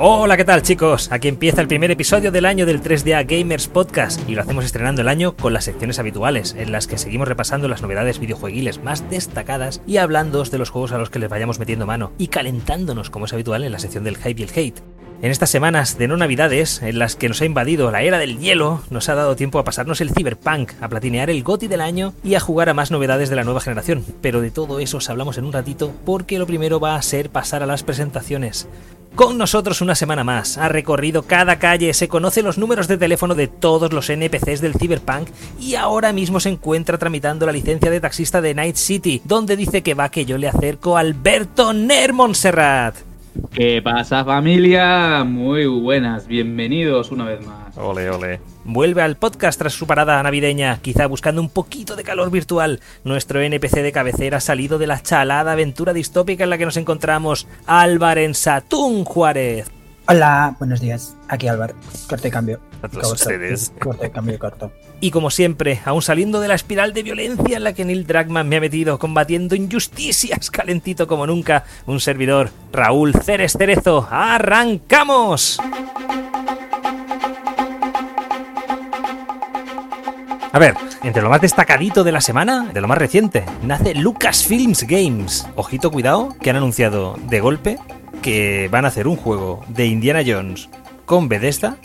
Hola, ¿qué tal chicos? Aquí empieza el primer episodio del año del 3DA Gamers Podcast y lo hacemos estrenando el año con las secciones habituales, en las que seguimos repasando las novedades videojueguiles más destacadas y hablando de los juegos a los que les vayamos metiendo mano y calentándonos como es habitual en la sección del hype y el hate. En estas semanas de no navidades, en las que nos ha invadido la era del hielo, nos ha dado tiempo a pasarnos el cyberpunk, a platinear el goti del año y a jugar a más novedades de la nueva generación. Pero de todo eso os hablamos en un ratito porque lo primero va a ser pasar a las presentaciones. Con nosotros una semana más, ha recorrido cada calle, se conoce los números de teléfono de todos los NPCs del Cyberpunk y ahora mismo se encuentra tramitando la licencia de taxista de Night City, donde dice que va que yo le acerco a Alberto Ner Montserrat. ¿Qué pasa familia? Muy buenas, bienvenidos una vez más. Ole, ole. Vuelve al podcast tras su parada navideña, quizá buscando un poquito de calor virtual. Nuestro NPC de cabecera ha salido de la chalada aventura distópica en la que nos encontramos, Álvaro Satún Juárez. Hola, buenos días. Aquí Álvaro. Corte y cambio. A todos Corto, ustedes. Corte y cambio corto. Y como siempre, aún saliendo de la espiral de violencia en la que Neil Dragman me ha metido, combatiendo injusticias calentito como nunca, un servidor, Raúl Ceres Cerezo. ¡Arrancamos! A ver, entre lo más destacadito de la semana, de lo más reciente, nace Lucasfilms Games. Ojito, cuidado, que han anunciado de golpe que van a hacer un juego de Indiana Jones con Bethesda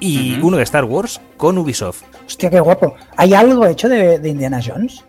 y Ujú. uno de Star Wars con Ubisoft. Hostia, qué guapo. ¿Hay algo hecho de, de Indiana Jones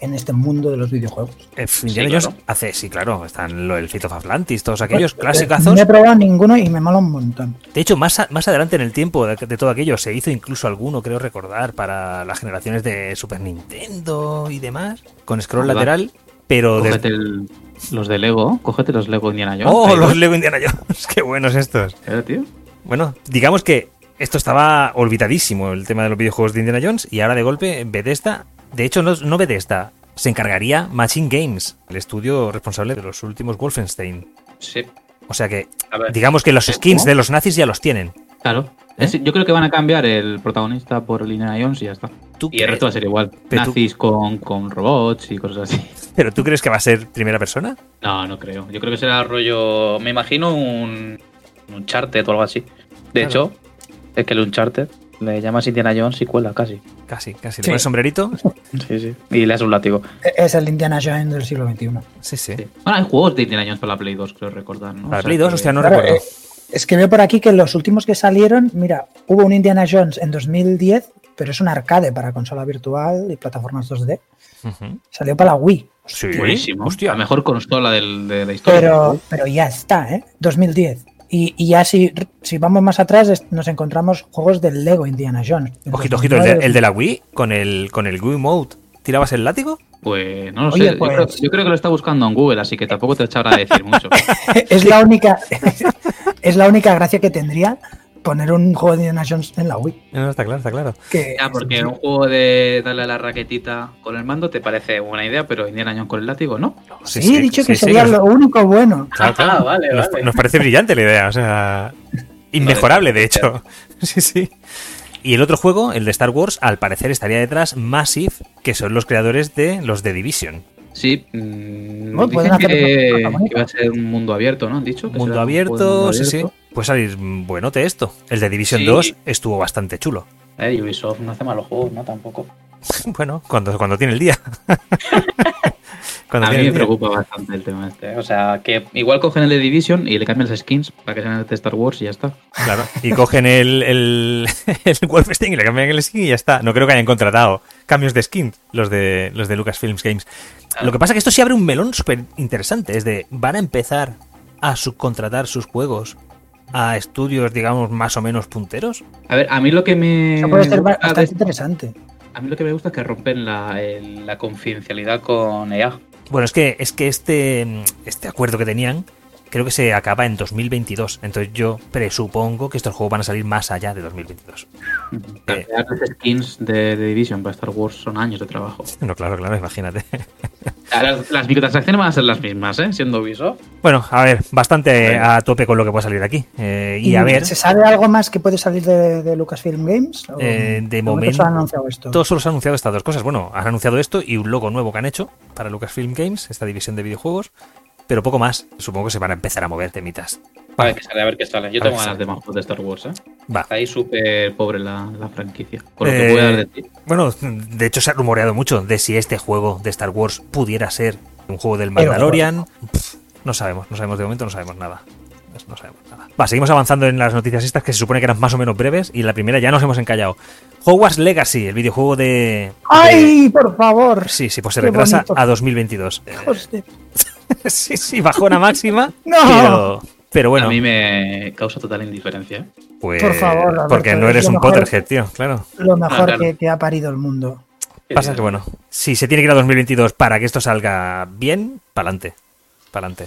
en este mundo de los videojuegos? Eh, Indiana claro. Jones hace, sí, claro, están lo, el Fleet of Atlantis, todos aquellos eh, No clasicazos. he probado ninguno y me mola un montón. De hecho, más, a- más adelante en el tiempo de, de todo aquello se hizo incluso alguno, creo recordar, para las generaciones de Super Nintendo y demás, con scroll Ahí va. lateral, pero desde- Cógete el- los de Lego, cógete los Lego Indiana Jones. ¡Oh, Ahí los va. Lego Indiana Jones! ¡Qué buenos estos! Eh, tío. Bueno, digamos que esto estaba olvidadísimo, el tema de los videojuegos de Indiana Jones, y ahora de golpe Bethesda, de hecho no, no Bethesda, se encargaría Machine Games, el estudio responsable de los últimos Wolfenstein. Sí. O sea que, A ver. digamos que los skins ¿Cómo? de los nazis ya los tienen. Claro. ¿Eh? Es- yo creo que van a cambiar el protagonista por el Indiana Jones y ya está. ¿Tú Y el crees- resto va a ser igual. Pero tú- Nazis con, con robots y cosas así. ¿Pero tú crees que va a ser primera persona? No, no creo. Yo creo que será rollo. Me imagino un. Un charter o algo así. De hecho, es que el Uncharted le llamas Indiana Jones y cuela casi. Casi, casi. ¿Le Sí. pones sombrerito? Sí, sí. Y le das un látigo. E- Es el Indiana Jones del siglo XXI. Sí, sí. Sí. Bueno, hay juegos de Indiana Jones para la Play 2, creo recordar, ¿no? Para O sea Play 2, que- hostia, no Claro, recuerdo. eh, es que veo por aquí que los últimos que salieron, mira, hubo un Indiana Jones en 2010, pero es un arcade para consola virtual y plataformas 2D. Ujú. Salió para la Wii. Sí. eh, Buenísimo. Hostia. La mejor consola del- de la historia. Pero, pero ya está, ¿eh? 2010. Y, y ya si, si vamos más atrás es- nos encontramos juegos del Lego Indiana Jones. Del Ojito, ojito, el 2009. de, el de la Wii con el, con el Wii Mode. ¿Tirabas el látigo? Pues no lo Oye, sé. pues- Yo, creo, yo creo que lo está buscando en Google, así que tampoco te echará a decir mucho. Es la única es la única gracia que tendría poner un juego de Indiana Jones en la Wii. No, está claro, está claro. Que, Ya, porque un juego de darle a la raquetita con el mando te parece buena idea, pero Indiana Jones con el látigo, ¿no? sí, he dicho que sería nos- lo único bueno. claro, claro. Ah, vale, Nos, vale. nos parece brillante la idea, o sea. Inmejorable, de hecho. Sí, sí. Y el otro juego, el de Star Wars, al parecer estaría detrás Massive, que son los creadores de los de Division. Sí. mm, Bueno, pueden dicen hacer que, una cosa bonita. que va a ser un mundo abierto, ¿no? Han dicho. que Mundo será un juego de abierto, mundo sí, sí. abierto. Puede salir mm, buenote esto. El de Division Sí. 2 estuvo bastante chulo. Eh, Ubisoft no hace malos juegos, ¿no? Tampoco. Bueno, cuando, cuando tiene el día. cuando a tiene mí me el día. preocupa bastante el tema este. O sea, que igual cogen el de Division y le cambian las skins para que sean el de Star Wars y ya está. Claro. Y cogen el, el, el Wolfenstein y le cambian el skin y ya está. No creo que hayan contratado cambios de skin los de, los de Lucasfilms Games. Lo que pasa es que esto sí abre un melón súper interesante. Es de, van a empezar a subcontratar sus juegos a estudios, digamos, más o menos punteros. A ver, a mí lo que me. Eso puede ser gusta bastante de- interesante. A mí lo que me gusta es que rompen la, el- la confidencialidad con E EA. Bueno, es que, es que este, mm, este acuerdo que tenían creo que se acaba en 2022. Entonces yo presupongo que estos juegos van a salir más allá de 2022. Cambiar las E skins de, de Division para Star Wars son años de trabajo. No, claro, claro, imagínate. Ahora, Las, las microtransacciones van a ser las mismas, ¿eh? Siendo Ubisoft. Bueno, a ver, bastante Bueno. a tope con lo que pueda salir de aquí. Eh, y a ver, ¿Se sabe algo más que puede salir de, de Lucasfilm Games? ¿O Eh, de solo han momento- anunciado esto. todos solo se han anunciado estas dos cosas. Bueno, han anunciado esto y un logo nuevo que han hecho para Lucasfilm Games, esta división de videojuegos, pero poco más. Supongo que se van a empezar a mover temitas. A ver qué sale, a ver qué sale. Yo A ver tengo qué ganas sale. de más juegos de Star Wars, ¿eh? Va. Está ahí súper pobre la, la franquicia. Con lo Eh, que voy a dar de ti. Bueno, de hecho se ha rumoreado mucho de si este juego de Star Wars pudiera ser un juego del Pero- Mandalorian. Pff, no sabemos, no sabemos de momento, no sabemos nada. No sabemos nada. Va, seguimos avanzando en las noticias estas que se supone que eran más o menos breves y la primera ya nos hemos encallado. Hogwarts Legacy, el videojuego de... de- ¡Ay, por favor! Sí, sí, pues se Qué retrasa bonito. a 2022. Hijos de- sí, sí, bajona máxima. No. Pero, pero bueno, A mí me causa total indiferencia. ¿eh? pues... Por favor, Alberto, porque no es eres lo un mejor. Potterhead, tío, claro. Lo mejor Ah, claro. que, que ha parido el mundo. Pasa que bueno, si se tiene que ir a 2022 para que esto salga bien, pa'lante. Pa'lante.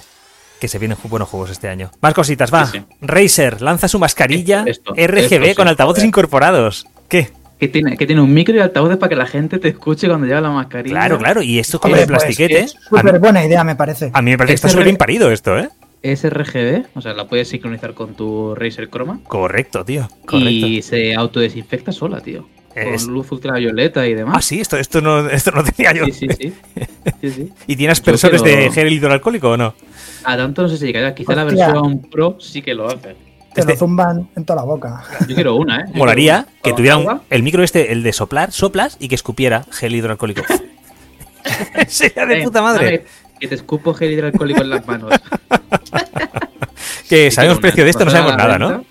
Que se vienen ju- buenos juegos este año. Más cositas, va. Sí, sí. Razer lanza su mascarilla Esto, esto, RGB esto, con sí. Eh. altavoces incorporados. ¿Qué? Que tiene, que tiene un micro y altavoces para que la gente te escuche cuando lleva la mascarilla. Claro, claro. Y esto como Hombre, de pues, plastiquete. ¿eh? es a, mí, Súper buena idea, me parece. a mí me parece que está es súper re- bien parido esto, ¿eh? Es RGB, o sea, la puedes sincronizar con tu Razer Chroma. Correcto, tío. Correcto. Y se autodesinfecta sola, tío. Es- Con luz ultravioleta y demás. Ah, sí, esto, esto, no, esto no tenía yo. sí, sí, sí. sí, sí. ¿Y tiene aspersores quiero- de gel hidroalcohólico o no? A tanto no sé si llegará. Quizá la Hostia. versión Pro sí que lo hace. Te este- lo zumban en toda la boca. Yo quiero una, ¿eh? Yo Molaría quiero una. que tuviera un- Agua, el micro este, el de soplar, soplas y que escupiera gel hidroalcohólico. Sería de eh, puta madre. dame, Que te escupo gel hidroalcohólico en las manos. Que Sí, Eh, pues, sabemos quiero una. precio de esto, no Cuando sabemos salga a nada, la ¿no? venta-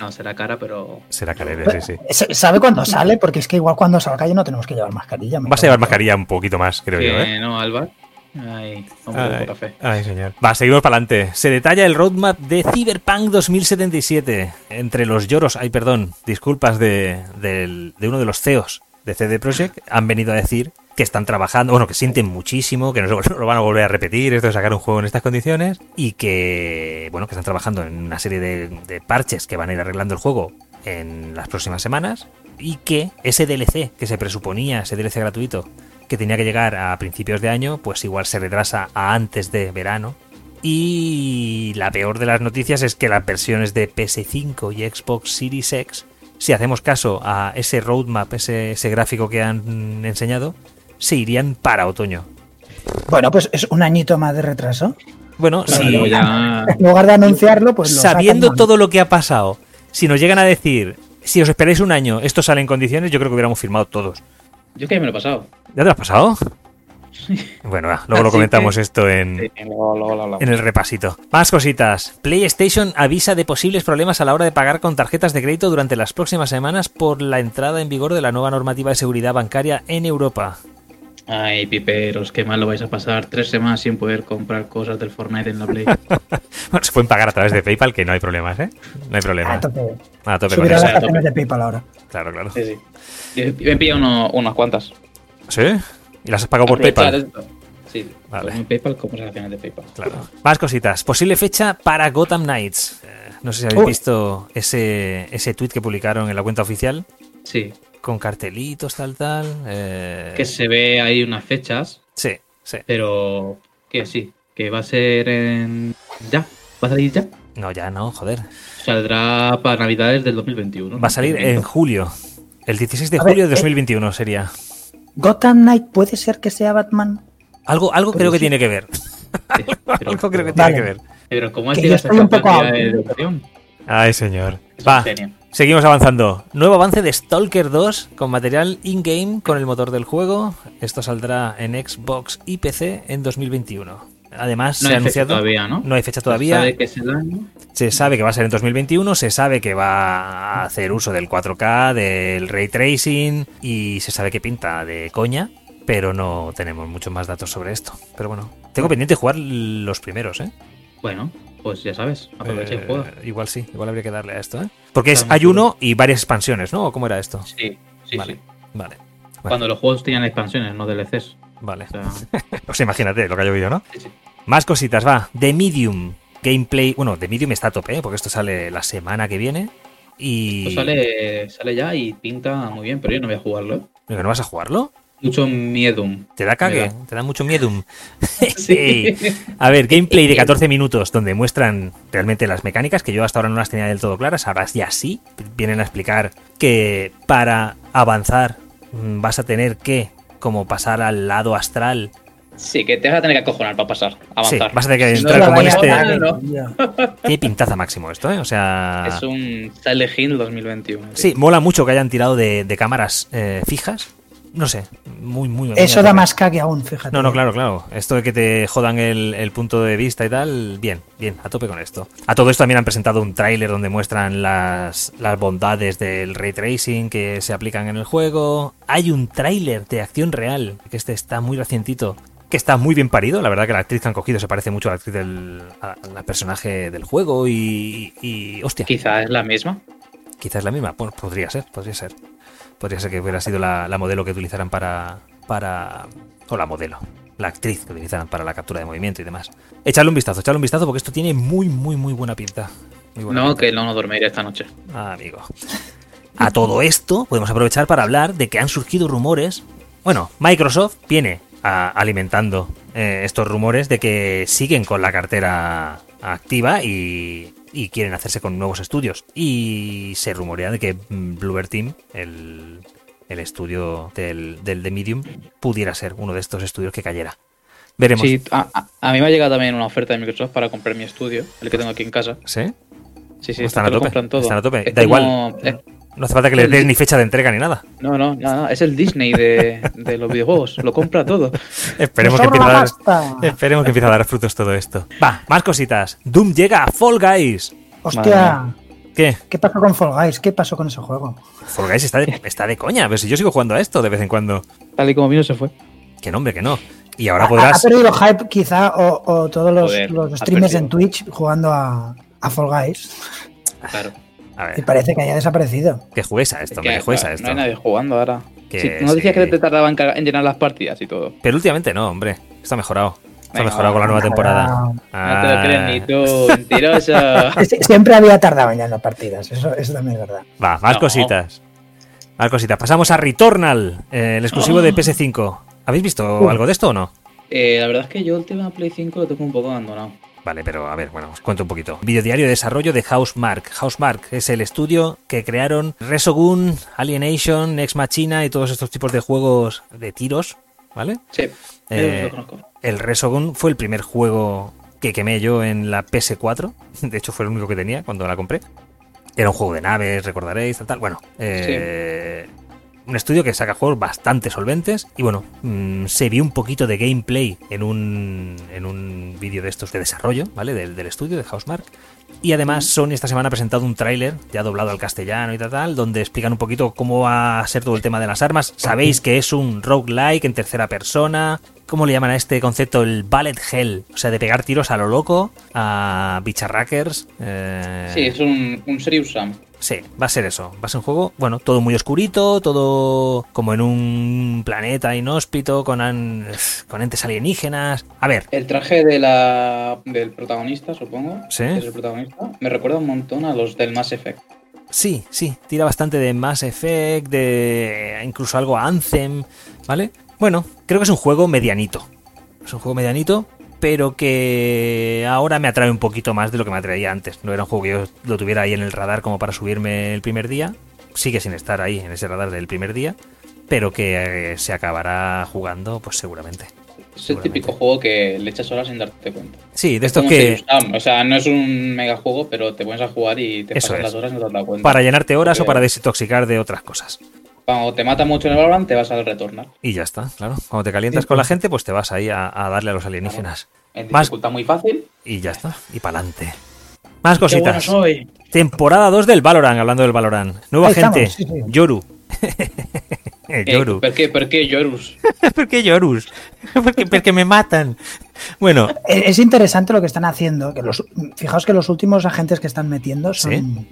No, será cara, pero. Será calero, sí, sí. ¿Se- ¿Sabe cuándo sale? Porque es que igual cuando salga ya no tenemos que llevar mascarilla. me Vas a llevar pregunto. mascarilla un poquito más, creo yo, ¿eh? Que no, Alba. Ay, hombre, Ay, café. ay, señor. Va, seguimos para adelante. Se detalla el roadmap de Cyberpunk 2077. Entre los lloros, ay, perdón, disculpas de, del- de uno de los CEOs de CD Projekt, han venido a decir que están trabajando, bueno, que sienten muchísimo, que no, se vol- no lo van a volver a repetir, esto de sacar un juego en estas condiciones, y que, bueno, que están trabajando en una serie de, de parches que van a ir arreglando el juego en las próximas semanas, y que ese DLC que se presuponía, ese DLC gratuito, que tenía que llegar a principios de año, pues igual se retrasa a antes de verano. Y la peor de las noticias es que las versiones de PS5 y Xbox Series X, si hacemos caso a ese roadmap, ese, ese gráfico que han enseñado, se irían para otoño. Bueno, pues es un añito más de retraso. Bueno, Claro, si- Luego Pues ya- En lugar de anunciarlo, pues lo sabiendo sacan- todo lo que ha pasado, si nos llegan a decir, si os esperáis un año, esto sale en condiciones, yo creo que hubiéramos firmado todos. Yo que me lo he pasado. ¿Ya te lo has pasado? Bueno, va, luego lo Así comentamos que- esto en, Sí, luego- luego lo hablamos. Mm. en el repasito. Más cositas. PlayStation avisa de posibles problemas a la hora de pagar con tarjetas de crédito durante las próximas semanas por la entrada en vigor de la nueva normativa de seguridad bancaria en Europa. Ay, piperos, qué mal lo vais a pasar. Tres semanas sin poder comprar cosas del Fortnite en la Play. Bueno, se pueden pagar a través de PayPal, que no hay problemas, ¿eh? No hay Ah, problema. tope. A tope con Subirá eso. eso, las a tope. acciones de PayPal ahora. Claro, claro. Sí, sí. Yo- yo Me he pillado uno- unas cuantas. ¿Sí? ¿Y las has pagado por Aprovechar PayPal? esto. Sí, Vale. con mi PayPal, compras las acciones de PayPal. Claro. Más cositas. Posible fecha para Gotham Knights. Eh, No sé si habéis Uy. visto ese, ese tweet que publicaron en la cuenta oficial Sí, con cartelitos, tal, tal. eh, que se ve ahí unas fechas, Sí, sí. pero que sí, que va a ser en. Ya, va a salir ya. No, ya no, joder. Saldrá para Navidades del 2021. Va a salir en julio. El 16 de A ver, julio de eh. 2021 sería. Gotham Knight puede ser que sea Batman. Algo, algo Pero creo que sí. tiene que ver. Sí, Pero, Algo creo que tiene Vale. que ver. pero ¿cómo Que es yo que estoy un poco de aburrido. educación? Ay, señor. Es Va, un genio. seguimos avanzando. Nuevo avance de Stalker 2 con material in-game con el motor del juego. Esto saldrá en Xbox y PC en 2021. Además, No se ha hay fecha anunciado. todavía, ¿no? No hay fecha todavía. Sabe que es el año. Se sabe que va a ser en 2021, se sabe que va a hacer uso del 4K, del ray tracing y se sabe que pinta de coña, pero no tenemos muchos más datos sobre esto. Pero bueno, tengo pendiente jugar los primeros, ¿eh? Bueno, pues ya sabes, aprovecha Eh, y juega. igual sí, igual habría que darle a esto, ¿eh? Porque es, Está muy hay uno y varias expansiones, ¿no? ¿O ¿Cómo era esto? Sí, sí, vale, sí. vale, Cuando los juegos tenían expansiones, no DLCs. vale. O sea, O sea, imagínate lo que ha llovido, ¿no? sí, sí. Más cositas, va. The Medium. Gameplay. Bueno, The Medium está a tope, ¿eh? Porque esto sale la semana que viene. Y. Pues sale, sale ya y pinta muy bien, pero yo no voy a jugarlo. ¿eh? Digo, ¿No vas a jugarlo? Mucho miedo. Te da cague, Me da. te da mucho miedo. Sí. A ver, gameplay de 14 minutos donde muestran realmente las mecánicas, que yo hasta ahora no las tenía del todo claras, ahora ya sí. Vienen a explicar que para avanzar mm, vas a tener que, como pasar al lado astral Sí, que te vas a tener que acojonar para pasar, Sí, avanzar. vas a tener que Si entrar la como en vayas este. a- no. Tiene pintaza máximo esto, ¿eh? O sea. Es un Silent Hill 2021. tío. Sí, mola mucho que hayan tirado de, de cámaras eh, fijas. No sé, muy, muy. muy Eso da acertado. más cague aún, fíjate. No, no, claro, claro. Esto de que te jodan el, el punto de vista y tal, bien, bien, a tope con esto. A todo esto también han presentado un tráiler donde muestran las, las bondades del ray tracing que se aplican en el juego. Hay un tráiler de acción real, que este está muy recientito, que está muy bien parido. La verdad que la actriz que han cogido se parece mucho a la actriz del a la personaje del juego y, y hostia, Quizá es la misma. quizás la misma. Pues podría ser, podría ser. Podría ser que hubiera sido la, la modelo que utilizaran para. para. o la modelo. La actriz que utilizaran para la captura de movimiento y demás. Echadle un vistazo, echadle un vistazo porque esto tiene muy, muy, muy buena pinta. Muy buena No, pinta. que no, no dormiré esta noche. Ah, amigo. A todo esto podemos aprovechar para hablar de que han surgido rumores. Bueno, Microsoft viene a- alimentando eh, estos rumores de que siguen con la cartera activa y, y quieren hacerse con nuevos estudios. Y se rumorea de que mm, Bluebird Team, el, el estudio del, del The Medium, pudiera ser uno de estos estudios que cayera. Veremos. Sí, a, a- a mí me ha llegado también una oferta de Microsoft para comprar mi estudio, el que tengo aquí en casa. ¿Sí? Sí, sí, Pues están esto a te lo tope, compran todo. están a tope. Es Da igual. como- es- No hace falta que le des ni fecha de entrega ni nada. no, no, nada, es el Disney de, de los videojuegos, lo compra todo. Esperemos que Eh, Nos empiece ahorra a dar- pasta. Ah. Esperemos que empiece a dar frutos todo esto. Va, más cositas. Doom llega a Fall Guys. Hostia, ¿Qué? ¿qué pasó con Fall Guys? ¿Qué pasó con ese juego? Fall Guys está de, está de coña, pero si yo sigo jugando a esto de vez en cuando. Tal y como vino se fue. Que nombre, que no. Y Ah, ahora Ha, ha podrás. perdido hype quizá o, o todos los, Joder, los ha streamers perdido. en Twitch jugando a, a Fall Guys Claro. A y ver, parece que haya desaparecido. que juegues a esto, hombre, que Que juegues no- a esto. No hay nadie jugando ahora. Que Sí, no decías sí. que te tardaba en, carga- en llenar las partidas y todo. Pero últimamente no, hombre. Está mejorado. Está Venga, mejorado con la nueva va, temporada. va. No Ah. te lo crees ni tú, mentiroso. Es- Siempre había tardado en ganar partidas, eso, eso también es verdad. Va, más No. cositas. Más cositas. Pasamos a Returnal, eh, el exclusivo Ah. de PS5. ¿Habéis visto Uh. algo de esto o no? Eh, la verdad es que yo el tema de Play 5 lo tengo un poco abandonado. Vale, pero a ver, bueno, os cuento un poquito. Videodiario de desarrollo de Housemark. Housemark es el estudio que crearon Resogun, Alienation, Ex Machina y todos estos tipos de juegos de tiros, ¿vale? Sí, Eh, yo lo conozco. El Resogun fue el primer juego que quemé yo en la PS4. De hecho, fue el único que tenía cuando la compré. Era un juego de naves, recordaréis, tal, tal. Bueno, eh, un estudio que saca juegos bastante solventes. Y bueno, mm, se vio un poquito de gameplay en un, en un vídeo de estos de desarrollo, ¿vale? Del, del estudio, de Housemark. Y además Sony esta semana ha presentado un tráiler, ya doblado al castellano y tal, tal, donde explican un poquito cómo va a ser todo el tema de las armas. Sabéis que es un roguelike en tercera persona. ¿Cómo le llaman a este concepto? El bullet hell. O sea, de pegar tiros a lo loco, a bicharrackers. eh, Sí, es un, un Serious Sam. Sí, va a ser eso. Va a ser un juego, bueno, todo muy oscurito, todo como en un planeta inhóspito, con, an- con entes alienígenas. A ver, El traje de la, del protagonista, supongo. Sí. que Es el protagonista. Me recuerda un montón a los del Mass Effect. Sí, sí, tira bastante de Mass Effect, de incluso algo Anthem, ¿vale? Bueno, creo que es un juego medianito. Es un juego medianito, pero que ahora me atrae un poquito más de lo que me atraía antes. No era un juego que yo lo tuviera ahí en el radar como para subirme el primer día. Sigue sin estar ahí en ese radar del primer día, pero que eh, se acabará jugando, pues seguramente. Es el Seguramente. típico juego que le echas horas sin darte cuenta. Sí, de estos Como que Serious Sam, O sea, no es un mega juego, pero te pones a jugar y te Eso pasas es. las horas y no te has dado cuenta. para llenarte horas o Porque para desintoxicar de otras cosas. Cuando te mata mucho en el Valorant, te vas al retornar. Y ya está, claro. Cuando te calientas Sí. con la gente, pues te vas ahí a, a darle a los alienígenas. En Más- dificultad muy fácil. Y ya está, y pa'lante. Más ¡Qué bueno cositas. soy! Temporada 2 del Valorant, hablando del Valorant. Nueva Ahí gente, estamos, sí, sí. Yoru. Eh, Yoru. ¿Por qué, por qué Yorus? ¿Por qué Yorus? Porque, porque me matan. Bueno, Es es interesante lo que están haciendo. Que los, fijaos que los últimos agentes que están metiendo son,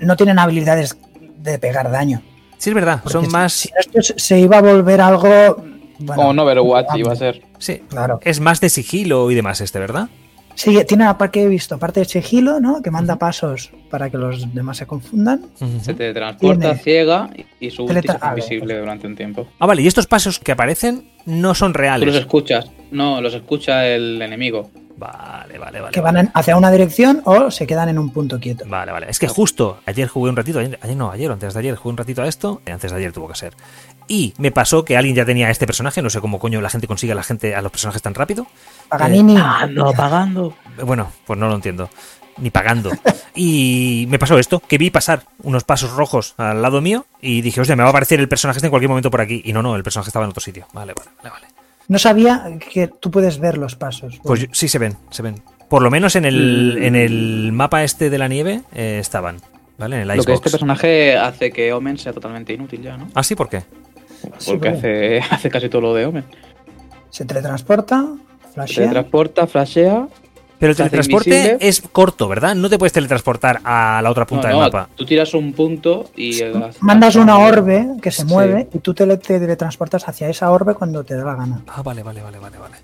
no tienen habilidades de pegar daño. sí es verdad, Porque son si- más... Si no, esto se- se iba a volver algo. Bueno, Como un Overwatch iba a ser. Sí, Claro. es más de sigilo y demás este, ¿verdad? Sí, tiene la parte que he visto, parte de sigilo, ¿no? Que manda pasos para que los demás se confundan. Se te transporta Tiene- ciega y- y su ulti se Teletra- hace ah, invisible durante un tiempo. Ah, vale, y estos pasos que aparecen no son Tú los reales. escuchas. No, los escucha el enemigo. Vale, vale, vale. que van en- hacia una dirección o se quedan en un punto quieto. Vale, vale. Es que justo ayer jugué un ratito, ayer, ayer no, ayer, o antes de ayer jugué un ratito a esto, eh, antes de ayer tuvo que ser. Y me pasó que alguien ya tenía este personaje, no sé cómo coño la gente consigue a la gente a los personajes tan rápido. Paganini. Ah, Pagando, pagando. Bueno, pues no lo entiendo. Ni pagando. Y me pasó esto, que vi pasar unos pasos rojos al lado mío y dije, hostia, me va a aparecer el personaje este en cualquier momento por aquí. Y no, no, el personaje estaba en otro sitio. Vale, vale, vale. vale. No sabía que tú puedes ver los pasos. Pues yo- sí se ven, se ven. Por lo menos en Mm. el, en el mapa este de la nieve eh, estaban, ¿vale? En el Lo que este Icebox. personaje hace que Omen sea totalmente inútil ya, ¿no? ¿Ah, sí? ¿Por qué? Sí, Porque bueno. hace, hace casi todo lo de Omen. Se teletransporta, Se flashea. transporta, flashea. Pero el Se hace teletransporte invisible. es corto, ¿verdad? No te puedes teletransportar a la otra punta No, del no, mapa. Tú tiras un punto y. Mandas una orbe que se Sí. mueve y tú te, le- te teletransportas hacia esa orbe cuando te da la gana. Ah, vale, vale, vale, vale, vale.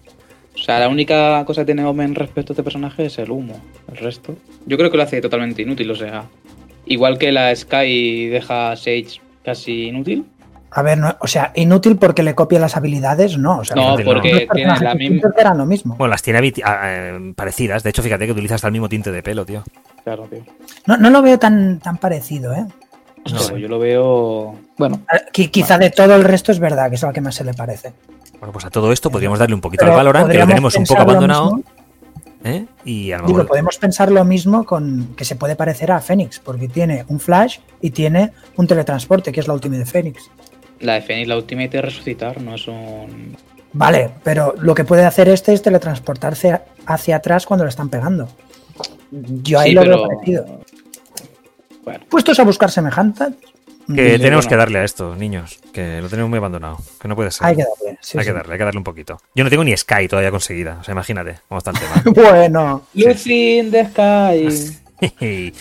O sea, la única cosa que tiene Omen respecto a este personaje es el humo. El resto. Yo creo que lo hace totalmente inútil, o sea. Igual que la Sky deja a Sage casi inútil. A ver, no- o sea, inútil porque le copia las habilidades, no. O sea, No, inútil, los porque tiene personajes la misma. distintos eran lo mismo. Bueno, las tiene habit- a- eh, parecidas. De hecho, fíjate que utiliza hasta el mismo tinte de pelo, tío. Claro, tío. No, no lo veo tan, tan parecido, ¿eh? No Pero sé. yo lo veo. Bueno, Ah, qui- Quizá de todo el resto es verdad que es al que más se le parece. Bueno, pues a todo esto podríamos darle un poquito Pero al Valorant, que lo podríamos tenemos un poco pensar lo abandonado. mismo- ¿eh? Y a lo digo, pues, mejor- podemos pensar lo mismo con que se puede parecer a Fénix, porque tiene un flash y tiene un teletransporte, que es la última de Fénix. la de Fenix, la Ultimate es resucitar, no es un. Vale, pero lo que puede hacer este es teletransportarse a- hacia atrás cuando le están pegando. Yo ahí Sí, lo pero. veo parecido. Bueno, Puestos a buscar semejanza, que Sí, tenemos bueno. que darle a esto, niños. Que lo tenemos muy abandonado. Que no puede ser. hay que darle. sí, hay sí. que darle, hay que darle un poquito. Yo no tengo ni Sky todavía conseguida. O sea, imagínate cómo está el tema. Bueno, Lucy in the Sky.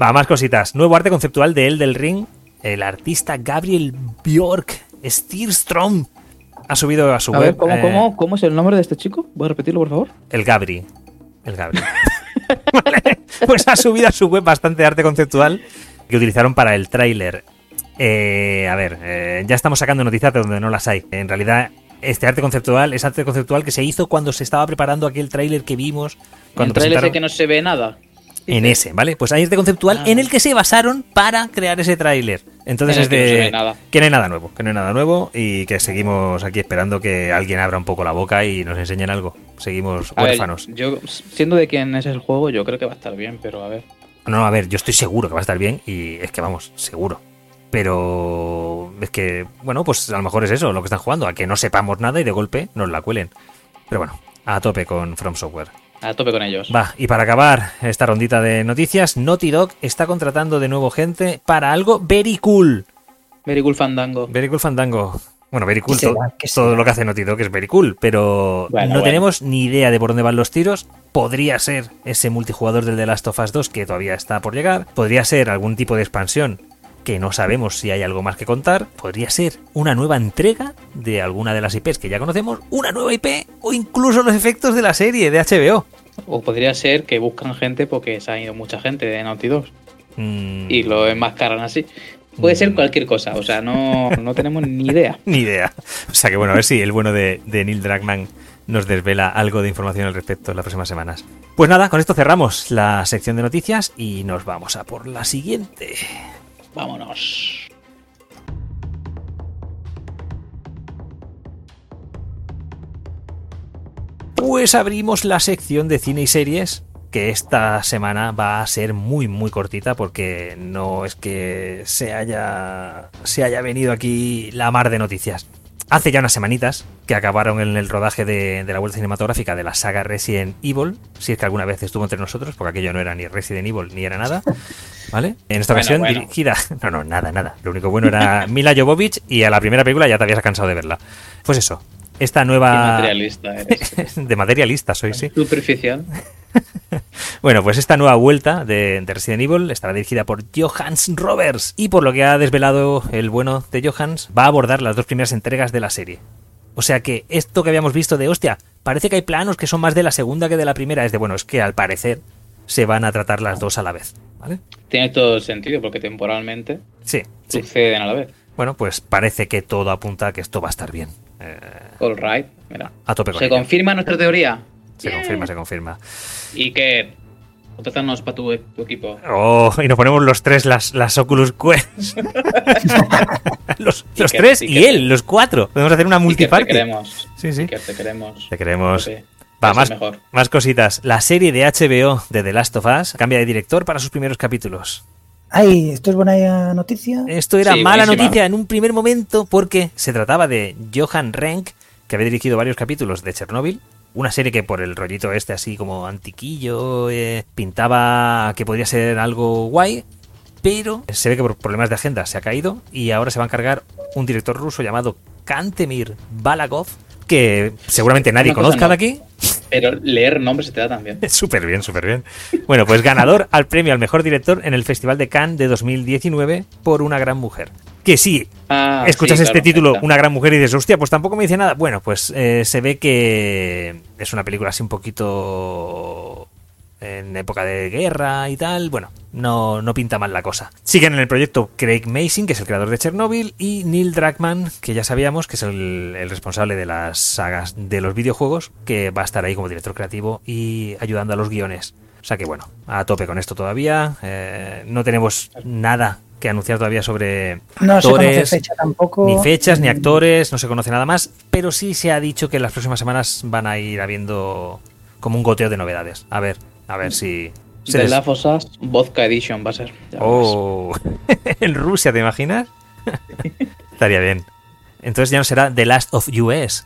Va, más cositas. Nuevo arte conceptual de El del Ring. El artista Gabriel Bjork Steerstrom ha subido a su A web. ver, ¿cómo, eh, cómo, ¿cómo es el nombre de este chico? ¿Voy a repetirlo, por favor? El Gabri. El Gabri. Vale, Pues ha subido a su web bastante arte conceptual que utilizaron para el tráiler. Eh, a ver, eh, ya estamos sacando noticias de donde no las hay. En realidad, este arte conceptual es arte conceptual que se hizo cuando se estaba preparando aquel tráiler que vimos. Cuando el trailer presentaron ese que no se ve nada. en ese, ¿vale? Pues hay este conceptual Ah. en el que se basaron para crear ese tráiler. Entonces En el es que no se de ve nada. que no hay nada nuevo, que no hay nada nuevo y que seguimos aquí esperando que alguien abra un poco la boca y nos enseñen algo. Seguimos A ver, huérfanos. yo, siendo de quién es el juego, yo creo que va a estar bien, pero a ver. No, a ver, yo estoy seguro que va a estar bien y es que vamos, seguro. Pero es que, bueno, pues a lo mejor es eso lo que están jugando, a que no sepamos nada y de golpe nos la cuelen. Pero bueno, a tope con From Software. A tope con ellos. Va, y para acabar esta rondita de noticias, Naughty Dog está contratando de nuevo gente para algo very cool. Very cool Fandango. Very cool Fandango. Bueno, very cool, ¿Qué será? to- ¿Qué será? todo lo que hace Naughty Dog es very cool, pero Bueno, no bueno. tenemos ni idea de por dónde van los tiros. Podría ser ese multijugador del The Last of Us 2 que todavía está por llegar. Podría ser algún tipo de expansión que no sabemos si hay algo más que contar. Podría ser una nueva entrega de alguna de las IPs que ya conocemos, una nueva IP o incluso los efectos de la serie de HBO. O podría ser que buscan gente porque se ha ido mucha gente de Naughty 2 Mm, y lo enmascaran así. Puede Mm. ser cualquier cosa, o sea, no, no tenemos ni idea. Ni idea. O sea que bueno, a ver si el bueno de, de Neil Dragman nos desvela algo de información al respecto en las próximas semanas. Pues nada, con esto cerramos la sección de noticias y nos vamos a por la siguiente. Vámonos. Pues abrimos la sección de cine y series, que esta semana va a ser muy muy cortita porque no es que se haya se haya venido aquí la mar de noticias. Hace ya unas semanitas que acabaron en el rodaje de, de la vuelta cinematográfica de la saga Resident Evil, si es que alguna vez estuvo entre nosotros, porque aquello no era ni Resident Evil ni era nada, ¿vale? En esta Bueno, ocasión bueno. dirigida, no, no, nada, nada. Lo único bueno era Mila Jovovich y a la primera película ya te habías cansado de verla. Pues eso, esta Qué nueva materialista eres. de materialista soy, sí. Superficial. Bueno, pues esta nueva vuelta de, de Resident Evil estará dirigida por Johans Roberts y por lo que ha desvelado el bueno de Johans, va a abordar las dos primeras entregas de la serie. O sea que esto que habíamos visto de hostia, parece que hay planos que son más de la segunda que de la primera, es de bueno, es que al parecer se van a tratar las dos a la vez, ¿vale? Tiene todo el sentido porque temporalmente Sí, sí. suceden a la vez. Bueno, pues parece que todo apunta a que esto va a estar bien. Eh, All right, mira. a tope con ¿Se ello. confirma nuestra teoría? Se confirma, se confirma. Y que Contratarnos para tu, tu equipo. Oh, y nos ponemos los tres las, las Oculus Quest. los los que- tres y y que- él, los cuatro. Podemos hacer una Sí que te multiparty. queremos. Sí, sí. sí que te queremos. Te queremos. Sí, Va, eso más, es mejor. más cositas. La serie de HBO de The Last of Us cambia de director para sus primeros capítulos. Ay, esto es buena noticia. Esto era Sí, mala buenísima. noticia en un primer momento porque se trataba de Johan Renck, que había dirigido varios capítulos de Chernobyl. Una serie que por el rollito este así como antiquillo eh, pintaba que podría ser algo guay, pero se ve que por problemas de agenda se ha caído y ahora se va a encargar un director ruso llamado Kantemir Balagov, que seguramente nadie Una cosa conozca no. de aquí. Pero leer nombres se te da también. Súper bien, súper bien. Bueno, pues ganador al premio al mejor director en el Festival de Cannes de 2019 por Una gran mujer. Que sí, Ah, escuchas sí, este claro, título, ahí está. Una gran mujer, y dices, hostia, pues tampoco me dice nada. Bueno, pues eh, se ve que es una película así un poquito en época de guerra y tal. Bueno, no, no pinta mal la cosa. Siguen en el proyecto Craig Mason, que es el creador de Chernobyl, y Neil Druckmann, que ya sabíamos que es el, el responsable de las sagas de los videojuegos, que va a estar ahí como director creativo y ayudando a los guiones. O sea que bueno, a tope con esto todavía. Eh, no tenemos nada que anunciar todavía sobre No se conoce actores, fecha tampoco. ni fechas, ni Mm, actores, no se conoce nada más, pero sí se ha dicho que en las próximas semanas van a ir habiendo como un goteo de novedades. A ver, a ver si... se The les- Last of Us Vodka Edition va a ser. Ya Oh, en Rusia, ¿te imaginas? Estaría bien. Entonces ya no será The Last of US.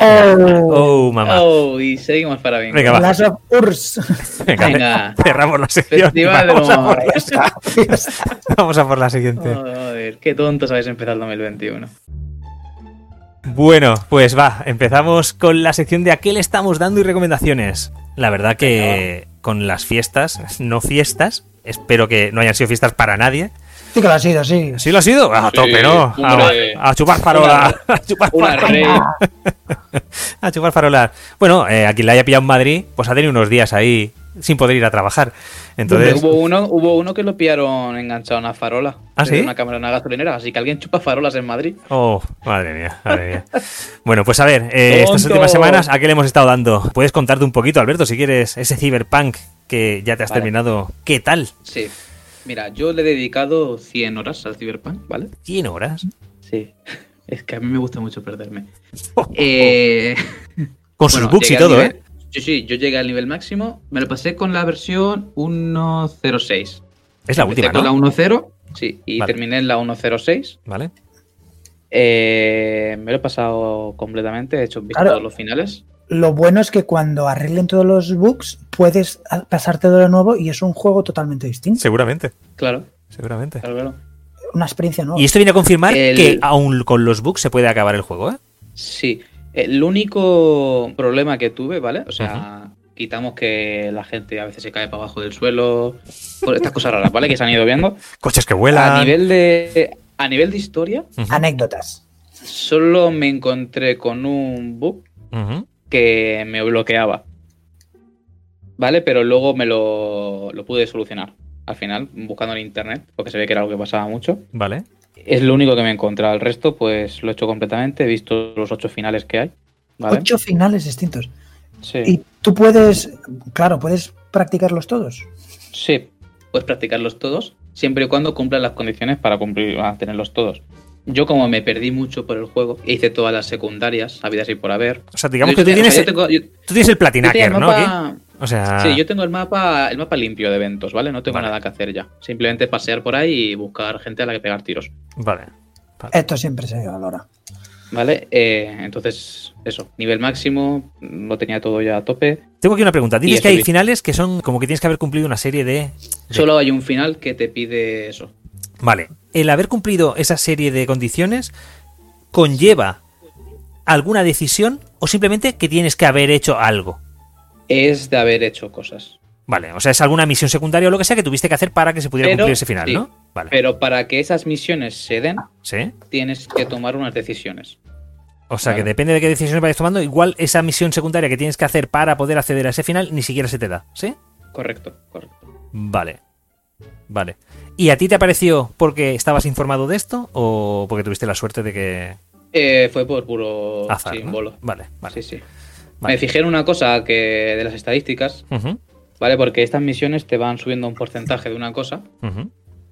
Oh, Oh, verás. mamá. Oh, y seguimos para bien. Venga, va. Last of Urs. Venga, venga. cerramos la sección. y Festival Vamos de a, por, humor. Ya está, ya está. vamos a por la siguiente. Joder, qué tontos habéis empezado el 2021. Bueno, pues va, empezamos con la sección de a qué le estamos dando y recomendaciones. La verdad que con las fiestas, no fiestas, espero que no hayan sido fiestas para nadie. Sí que lo ha sido, sí. ¿Sí lo ha sido? A Sí, tope, ¿no? A, hombre. a chupar farola. A chupar Una farola. rey. A chupar farola. Bueno, eh, a quien la haya pillado en Madrid, pues ha tenido unos días ahí sin poder ir a trabajar. Entonces, Hubo uno, hubo uno que lo pillaron enganchado a una farola. ¿Ah, de sí? Una cámara en una gasolinera. Así que alguien chupa farolas en Madrid. Oh, madre mía, madre mía. Bueno, pues a ver, eh, estas Tontos. últimas semanas, ¿a qué le hemos estado dando? Puedes contarte un poquito, Alberto, si quieres, ese cyberpunk que ya te has Vale. terminado. ¿Qué tal? Sí. Mira, yo le he dedicado 100 horas al Cyberpunk, ¿vale? 100 horas. Sí. Es que a mí me gusta mucho perderme. Oh. Eh, Con sus bueno, bugs y llegué al todo, nivel- ¿eh? Sí, sí, yo llegué al nivel máximo. Me lo pasé con la versión 1.06. Es la Empecé última, con ¿no? la 1.0, sí, y Vale. terminé en la 1.06. Vale. Eh, me lo he pasado completamente, he hecho un visto Claro. a los finales. Lo bueno es que cuando arreglen todos los bugs, puedes a- pasarte de lo nuevo y es un juego totalmente distinto. Seguramente, Claro, seguramente. claro, claro. Una experiencia nueva. Y esto viene a confirmar El- que aún con los bugs se puede acabar el juego, ¿eh? Sí, el único problema que tuve, ¿vale? O sea, quitamos que la gente a veces se cae para abajo del suelo, por estas cosas raras, ¿vale? Que se han ido viendo. Coches que vuelan. A nivel de, a nivel de historia, Ujú, Anécdotas. solo me encontré con un bug ujú. que me bloqueaba. ¿Vale? Pero luego me lo, lo pude solucionar. Al final, buscando en internet, porque se ve que era algo que pasaba mucho. Vale. Es lo único que me he encontrado. El resto, pues lo he hecho completamente. He visto los ocho finales que hay. ¿Vale? Ocho finales distintos. Sí. Y tú puedes, claro, puedes practicarlos todos. Sí, puedes practicarlos todos, siempre y cuando cumplan las condiciones para cumplir, para tenerlos todos. Yo como me perdí mucho por el juego, e hice todas las secundarias, habidas y por haber. O sea, digamos Yo- que tú o sea, tienes, yo tengo- yo- yo tú tienes el tenía el platinaker, ¿no? Aquí. mapa- O sea, Sí, yo tengo el mapa, el mapa limpio de eventos, ¿vale? No tengo Ah. Vale. nada que hacer ya. Simplemente pasear por ahí y buscar gente a la que pegar tiros. vale. Esto siempre se valora. ¿Vale? Eh, entonces, eso, nivel máximo, lo tenía todo ya a tope. Tengo aquí una pregunta. Dices Y que hay estoy- finales que son como que tienes que haber cumplido una serie de. de- Solo hay un final que te pide eso. Vale. El haber cumplido esa serie de condiciones conlleva alguna decisión o simplemente que tienes que haber hecho algo. Es de haber hecho cosas. Vale, o sea, es alguna misión secundaria o lo que sea que tuviste que hacer para que se pudiera Pero- cumplir ese final, sí. ¿no? Vale. Pero para que esas misiones se den, sí. tienes que tomar unas decisiones. O sea, que Vale. depende de qué decisiones vayas tomando, igual esa misión secundaria que tienes que hacer para poder acceder a ese final ni siquiera se te da, ¿sí? Correcto, correcto. Vale. Vale. ¿Y a ti te apareció porque estabas informado de esto o porque tuviste la suerte de que Eh, fue por puro azar, ¿no? símbolo. Vale, vale. Sí, sí. Vale. Me fijé en una cosa que de las estadísticas, Ujú. ¿vale? Porque estas misiones te van subiendo un porcentaje de una cosa Ujú.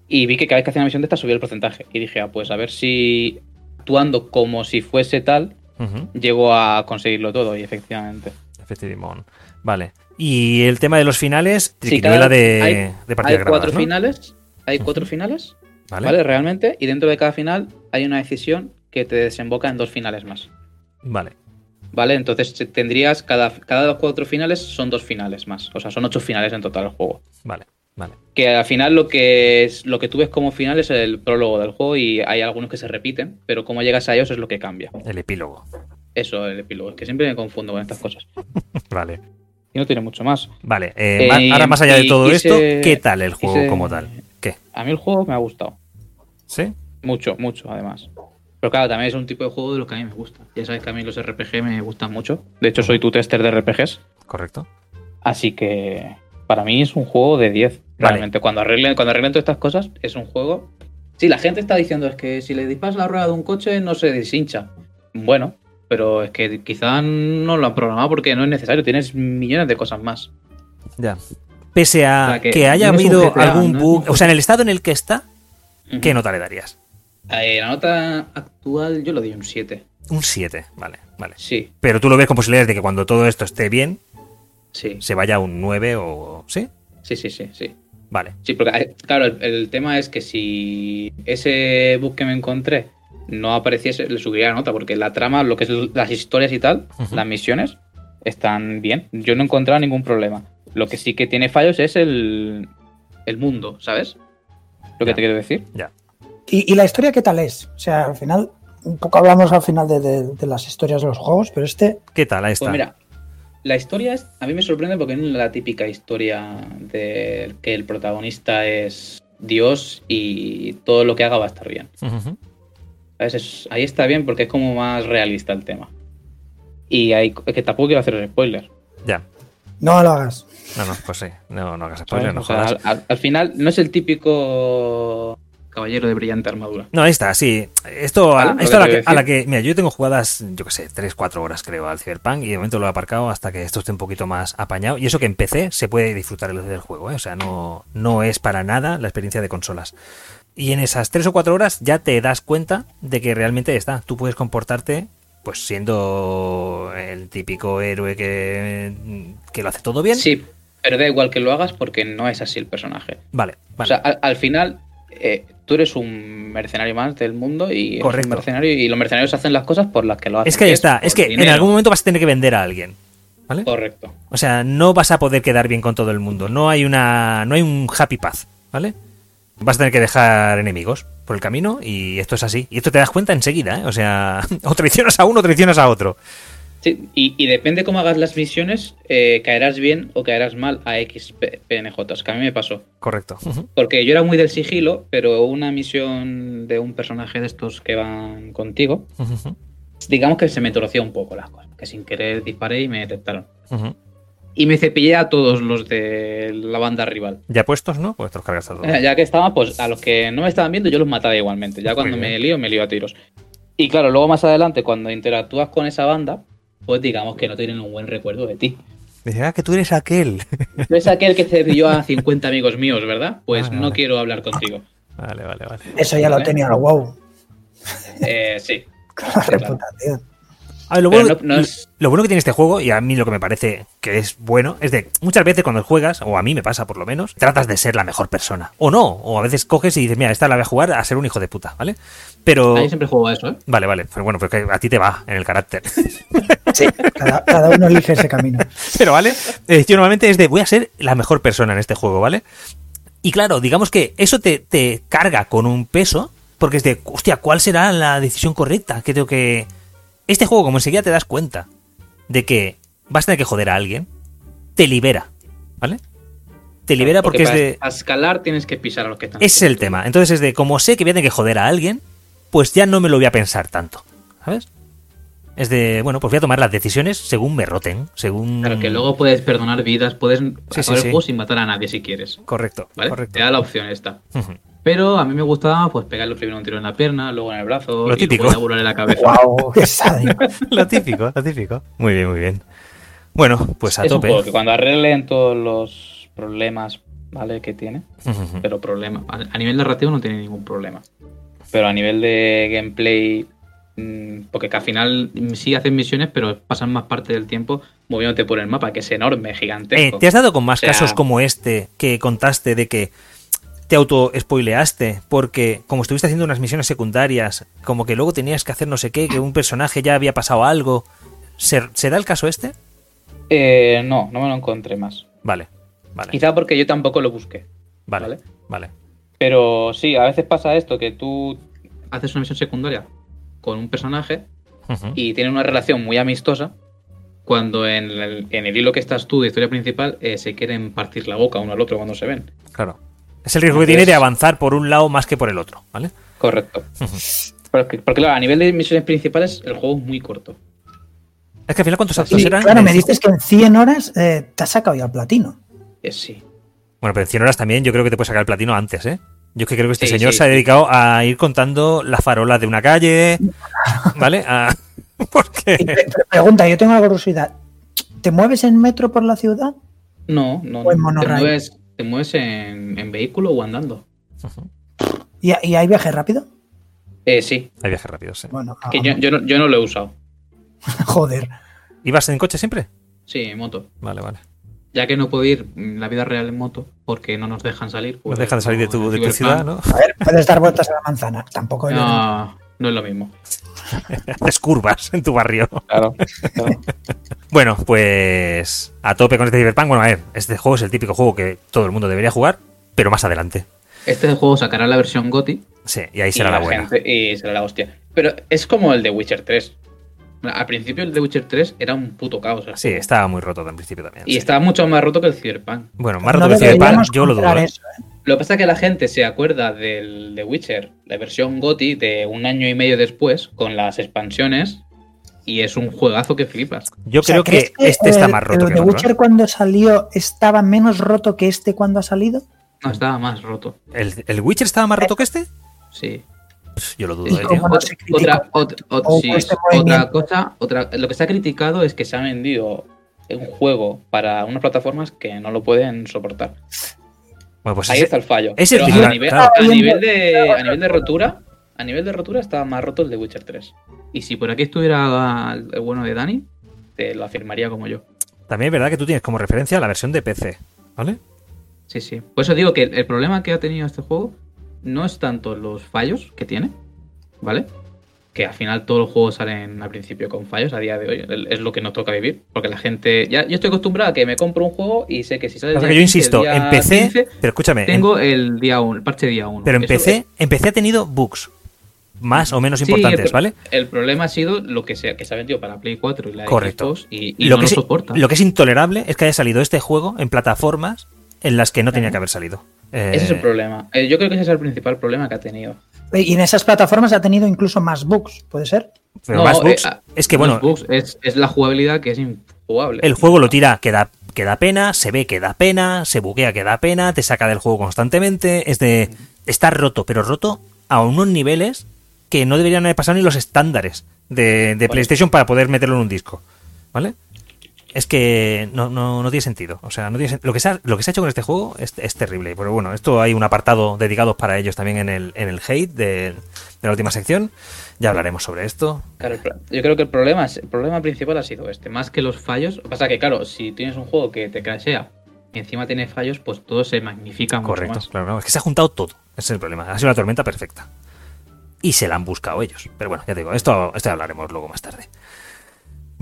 y vi que cada vez que hacía una misión de esta subía el porcentaje. Y dije, ah, pues a ver si actuando como si fuese tal, Ujú. llego a conseguirlo todo y efectivamente. Efectivamente. Vale. Y el tema de los finales, Sí, triquiñuela cada- de, hay- de Hay partidas cuatro grabadas, ¿no? finales, hay Ujú. cuatro finales, Vale. ¿vale? Realmente, y dentro de cada final hay una decisión que te desemboca en dos finales más. Vale. ¿Vale? Entonces te- tendrías cada, cada de los cuatro finales son dos finales más. O sea, son ocho finales en total el juego. Vale. Vale. Que al final lo que es, lo que tú ves como final es el prólogo del juego y hay algunos que se repiten, pero cómo llegas a ellos es lo que cambia. El epílogo. Eso, el epílogo. Es que siempre me confundo con estas cosas. Vale. Y no tiene mucho más. Vale. eh, Eh, ma- ahora más allá de y todo quise- esto, ¿qué tal el juego quise- como tal? ¿Qué? A mí el juego me ha gustado. ¿Sí? Mucho, mucho, además. Pero claro, también es un tipo de juego de los que a mí me gusta. Ya sabes que a mí los RPG me gustan mucho. De hecho, soy tu tester de RPGs. Correcto. Así que para mí es un juego de 10. Realmente, cuando arreglen, cuando arreglen todas estas cosas, es un juego. Sí, la gente está diciendo es que si le disparas la rueda de un coche no se deshincha. Bueno, pero es que quizá no lo han programado porque no es necesario. Tienes millones de cosas más. Ya. Pese a O sea, que, que haya no es un habido GTA, algún ¿no? bug, o sea, en el estado en el que está, ¿qué Ujú. nota le darías? Eh, la nota actual yo le doy un 7. Un 7, vale, vale. Sí, Pero tú lo ves con posibilidades de que cuando todo esto esté bien, sí, se vaya a un 9 o... ¿Sí? sí, sí, sí, sí. Vale. Sí, porque eh, claro, el, el tema es que si ese bug que me encontré no apareciese, le subiría la nota, porque la trama, lo que es l- las historias y tal, Ujú. las misiones, están bien. Yo no he encontrado ningún problema. Lo que sí que tiene fallos es el, el mundo, ¿sabes? Ya. Lo que te quiero decir. ¿Y, y la historia qué tal es? O sea, al final, un poco hablamos al final de, de- de las historias de los juegos, pero este, ¿Qué tal? Ahí está. Pues mira, la historia es, a mí me sorprende porque no es la típica historia de que el protagonista es Dios y todo lo que haga va a estar bien. Ujú. ¿Sabes? Es- ahí está bien porque es como más realista el tema. Y hay, es que tampoco quiero hacer spoiler. Ya. no lo hagas. No, no, pues sí. No, no hagas ¿sabes? spoiler, no O sea, jodas. al, al- al final no es el típico caballero de brillante armadura. No, ahí está, sí. Esto, a, Vale, Ah, lo esto a, la que te que, voy a a la que- Mira, yo tengo jugadas, yo qué sé, 3-4 horas creo al Cyberpunk y de momento lo he aparcado hasta que esto esté un poquito más apañado. Y eso que empecé, se puede disfrutar el- del juego, ¿eh? O sea, no, no es para nada la experiencia de consolas. Y en esas 3 o 4 horas ya te das cuenta de que realmente está. Tú puedes comportarte, pues siendo el típico héroe que, que lo hace todo bien. Sí, pero da igual que lo hagas porque no es así el personaje. Vale, vale. O sea, al, al final eh, tú eres un mercenario más del mundo y eres un Correcto. mercenario y los mercenarios hacen las cosas por las que lo hacen. es que ahí está, es por que en dinero. algún momento vas a tener que vender a alguien. ¿Vale? Correcto. O sea, no vas a poder quedar bien con todo el mundo. No hay una. no hay un happy path, ¿vale? Vas a tener que dejar enemigos por el camino y esto es así. Y esto te das cuenta enseguida, ¿eh? O sea, o traicionas a uno o traicionas a otro. Sí, y, y depende cómo hagas las misiones, eh, caerás bien o caerás mal a X P- PNJs, que a mí me pasó. Correcto. Ujú. Porque yo era muy del sigilo, pero una misión de un personaje de estos que van contigo, Ujú. digamos que se me torció un poco las cosas, que sin querer disparé y me detectaron. Ujú. Y me cepillé a todos los de la banda rival. Ya puestos, ¿no? Pues te los cargas a todos. Eh, Ya que estaba, pues a los que no me estaban viendo yo los mataba igualmente. Ya cuando bien. me lío, me lío a tiros. Y claro, luego más adelante, cuando interactúas con esa banda, pues digamos que no tienen un buen recuerdo de ti. Dice, ah, que tú eres aquel. No es aquel que se dio a 50 amigos míos, ¿verdad? Pues Ah, Vale, no vale. quiero hablar contigo. vale, vale, vale. Eso ya lo Vale. tenía el WoW, Eh, sí. con la Claro. reputación. A ver, lo, Pero bueno, no- no es- lo bueno que tiene este juego, y a mí lo que me parece que es bueno, es de muchas veces cuando juegas, o a mí me pasa por lo menos, tratas de ser la mejor persona. O no, o a veces coges y dices, mira, esta la voy a jugar a ser un hijo de puta, ¿vale? Pero... Ah, yo siempre juego a eso, ¿eh? Vale, vale, pero bueno, porque a ti te va en el carácter. Sí, cada, cada uno elige ese camino. Pero vale, eh, yo normalmente es de voy a ser la mejor persona en este juego, ¿vale? Y claro, digamos que eso te, te carga con un peso, porque es de, hostia, ¿cuál será la decisión correcta? Que tengo que. Este juego, como enseguida te das cuenta de que vas a tener que joder a alguien, te libera, ¿vale? Te libera porque, es para de. a escalar tienes que pisar a los que están. Ese es el tema. Entonces es de, como sé que voy a tener que joder a alguien, pues ya no me lo voy a pensar tanto, ¿sabes? Es de, bueno, pues voy a tomar las decisiones según me roten, según... Claro, que luego puedes perdonar vidas, puedes Mm. sí, acabar el sí. juego sin matar a nadie si quieres. Correcto, ¿Vale? correcto. Te da la opción esta. Ujú. Pero a mí me gustaba pues pegarle primero un tiro en la pierna, luego en el brazo, Lo y típico. luego ya en la cabeza. ¡Wow! ¡Qué sádico! Lo típico, lo típico. Muy bien, muy bien. Bueno, pues a es un tope. juego que cuando arreglen todos los problemas, ¿vale? Que tiene. Pero problema. A, a nivel narrativo no tiene ningún problema. Pero a nivel de gameplay. mm, Porque que al final mm, sí haces misiones, pero pasan más parte del tiempo moviéndote por el mapa, que es enorme, Eh, gigantesco. ¿Te has dado con más O sea- casos como este que contaste de que te auto-spoileaste? Porque como estuviste haciendo unas misiones secundarias, como que luego tenías que hacer no sé qué, que un personaje ya había pasado algo. ¿Se, se da el caso este? Eh, no, no me lo encontré más. Vale, vale, Quizá porque yo tampoco lo busqué. vale, vale. vale. Pero sí, a veces pasa esto, que tú haces una misión secundaria con un personaje Ujú. y tienen una relación muy amistosa, cuando en el, en el hilo que estás tú de historia principal eh, se quieren partir la boca uno al otro cuando se ven. Claro. Es el riesgo que tiene de avanzar por un lado más que por el otro, ¿vale? Correcto. porque, porque, claro, a nivel de misiones principales el juego es muy corto. Es que al final, ¿cuántos actos Sí, eran? claro, me dices que en 100 horas eh, te has sacado ya el platino. Eh, sí. Bueno, pero en 100 horas también yo creo que te puedes sacar el platino antes, ¿eh? Yo es que creo que este Sí, señor sí, se ha sí. dedicado a ir contando las farolas de una calle, ¿vale? A- Y Porque... pre- pre- pregunta, yo tengo una curiosidad. ¿Te mueves en metro por la ciudad? No, no. O en no. Te monorraíl. mueves, te mueves en, en vehículo o andando. ¿Y, y hay viaje rápido? Eh, sí. Hay viajes rápidos, ¿eh? sí. Bueno, Que ah, yo, yo no, yo no lo he usado. joder. ¿Ibas en coche siempre? Sí, en moto. Vale, vale. Ya que no puedo ir mm, la vida real en moto porque no nos dejan salir. No pues, dejas de salir de tu, en de tu Cyberpunk ciudad, ¿no? A ver, puedes dar vueltas a la manzana. Tampoco yo- No, no es lo mismo. Haces curvas en tu barrio. Claro. Bueno, pues a tope con este Cyberpunk. Bueno, a ver, este juego es el típico juego que todo el mundo debería jugar, pero más adelante. Este juego sacará la versión GOTI Sí, y ahí será y la buena. gente- y será la hostia. Pero es como el de Witcher 3. Al principio el de Witcher 3 era un puto caos. el Sí, juego. estaba muy roto en principio también. Y sí. estaba mucho más roto que el Cyberpunk. Bueno, más no roto que Cyberpunk, deberíamos yo lo dudo. comprar ¿eh? eso, ¿eh? Lo que pasa es que la gente se acuerda del de Witcher, la versión GOTI, de un año y medio después, con las expansiones, y es un juegazo que flipas. Yo O sea, creo ¿crees que este está el- más roto ¿El que de el otro, Witcher ¿eh? cuando salió estaba menos roto que este cuando ha salido? No, estaba más roto. ¿El, el Witcher estaba más roto que este? Sí. Pff, yo lo ¿Y dudo, eh, tío. cómo? Bueno, se critica. Pues, Otra, ot- ot- O sí, este otra movimiento. cosa, otra, lo que se ha criticado es que se ha vendido un juego para unas plataformas que no lo pueden soportar. Bueno, pues Ahí ese- está el fallo. ese es Pero principal, a, nivel, claro. a nivel de, a nivel de rotura, a nivel de rotura estaba más roto el de Witcher 3. Y si por aquí estuviera el bueno de Dani, te lo afirmaría como yo. también es verdad que tú tienes como referencia la versión de PC, ¿vale? Sí, sí. Por eso digo que el, el problema que ha tenido este juego no es tanto los fallos que tiene, ¿vale? Que al final todos los juegos salen al principio con fallos a día de hoy. el- Es lo que nos toca vivir. Porque la gente. Ya, yo estoy acostumbrado a que me compro un juego y sé que si sale. Pasa el que día yo 15, el insisto, día en PC, 15, pero escúchame, en- tengo eh. el día 1, el parche día 1. pero en PC, en PC ha tenido bugs más o menos importantes, ¿vale? El problema ha sido lo que se, que se ha vendido para Play 4 y la Correcto. Xbox y, y lo, no que lo es, soporta. lo que es intolerable es que haya salido este juego en plataformas en las que no tenía que haber salido. Eh, Ese es el problema. Eh, Yo creo que ese es el principal problema que ha tenido. Eh, Y en esas plataformas ha tenido incluso más bugs, ¿puede ser. pero No, más eh, bugs, ah, es que, los bueno, bugs es, es la jugabilidad que es injugable. el juego lo tira que da, que da pena, se ve que da pena, se buguea que da pena, te saca del juego constantemente. Es de. Está roto, pero roto a unos niveles que no deberían haber pasado ni los estándares de, de PlayStation para poder meterlo en un disco. ¿Vale? Es que no, no, no tiene sentido. O sea, no tiene sen- lo, que se ha, lo que se ha hecho con este juego es, es terrible. Pero bueno, esto hay un apartado dedicado para ellos también en el, en el hate de, de la última sección. Ya hablaremos sobre esto. Claro, el pro- yo creo que el problema, es- el problema principal ha sido este, más que los fallos. Lo que Pasa que, claro, si tienes un juego que te crashea y encima tiene fallos, pues todo se magnifica mucho Correcto, más. claro, no, es que se ha juntado todo. Ese es el problema. Ha sido una tormenta perfecta. Y se la han buscado ellos. Pero bueno, ya te digo, esto, esto ya hablaremos luego más tarde.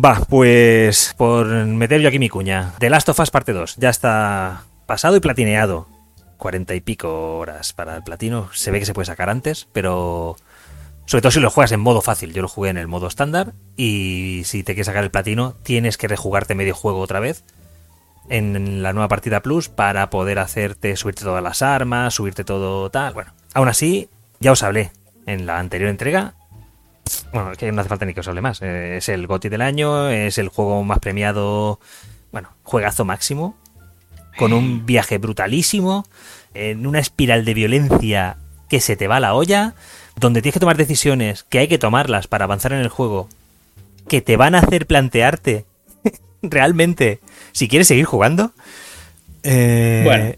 Va, pues por meter yo aquí mi cuña. The Last of Us parte 2. Ya está pasado y platineado. Cuarenta y pico horas para el platino. Se ve que se puede sacar antes, pero sobre todo si lo juegas en modo fácil. Yo lo jugué en el modo estándar y si te quieres sacar el platino tienes que rejugarte medio juego otra vez en la nueva partida Plus para poder hacerte subirte todas las armas, subirte todo tal. Bueno, aún así, ya os hablé en la anterior entrega. Bueno, es que no hace falta ni que os hable más. Eh, es el GOTI del año, es el juego más premiado. Bueno, juegazo máximo. Con un viaje brutalísimo. En una espiral de violencia que se te va la olla. Donde tienes que tomar decisiones que hay que tomarlas para avanzar en el juego. Que te van a hacer plantearte realmente si quieres seguir jugando Eh, Bueno.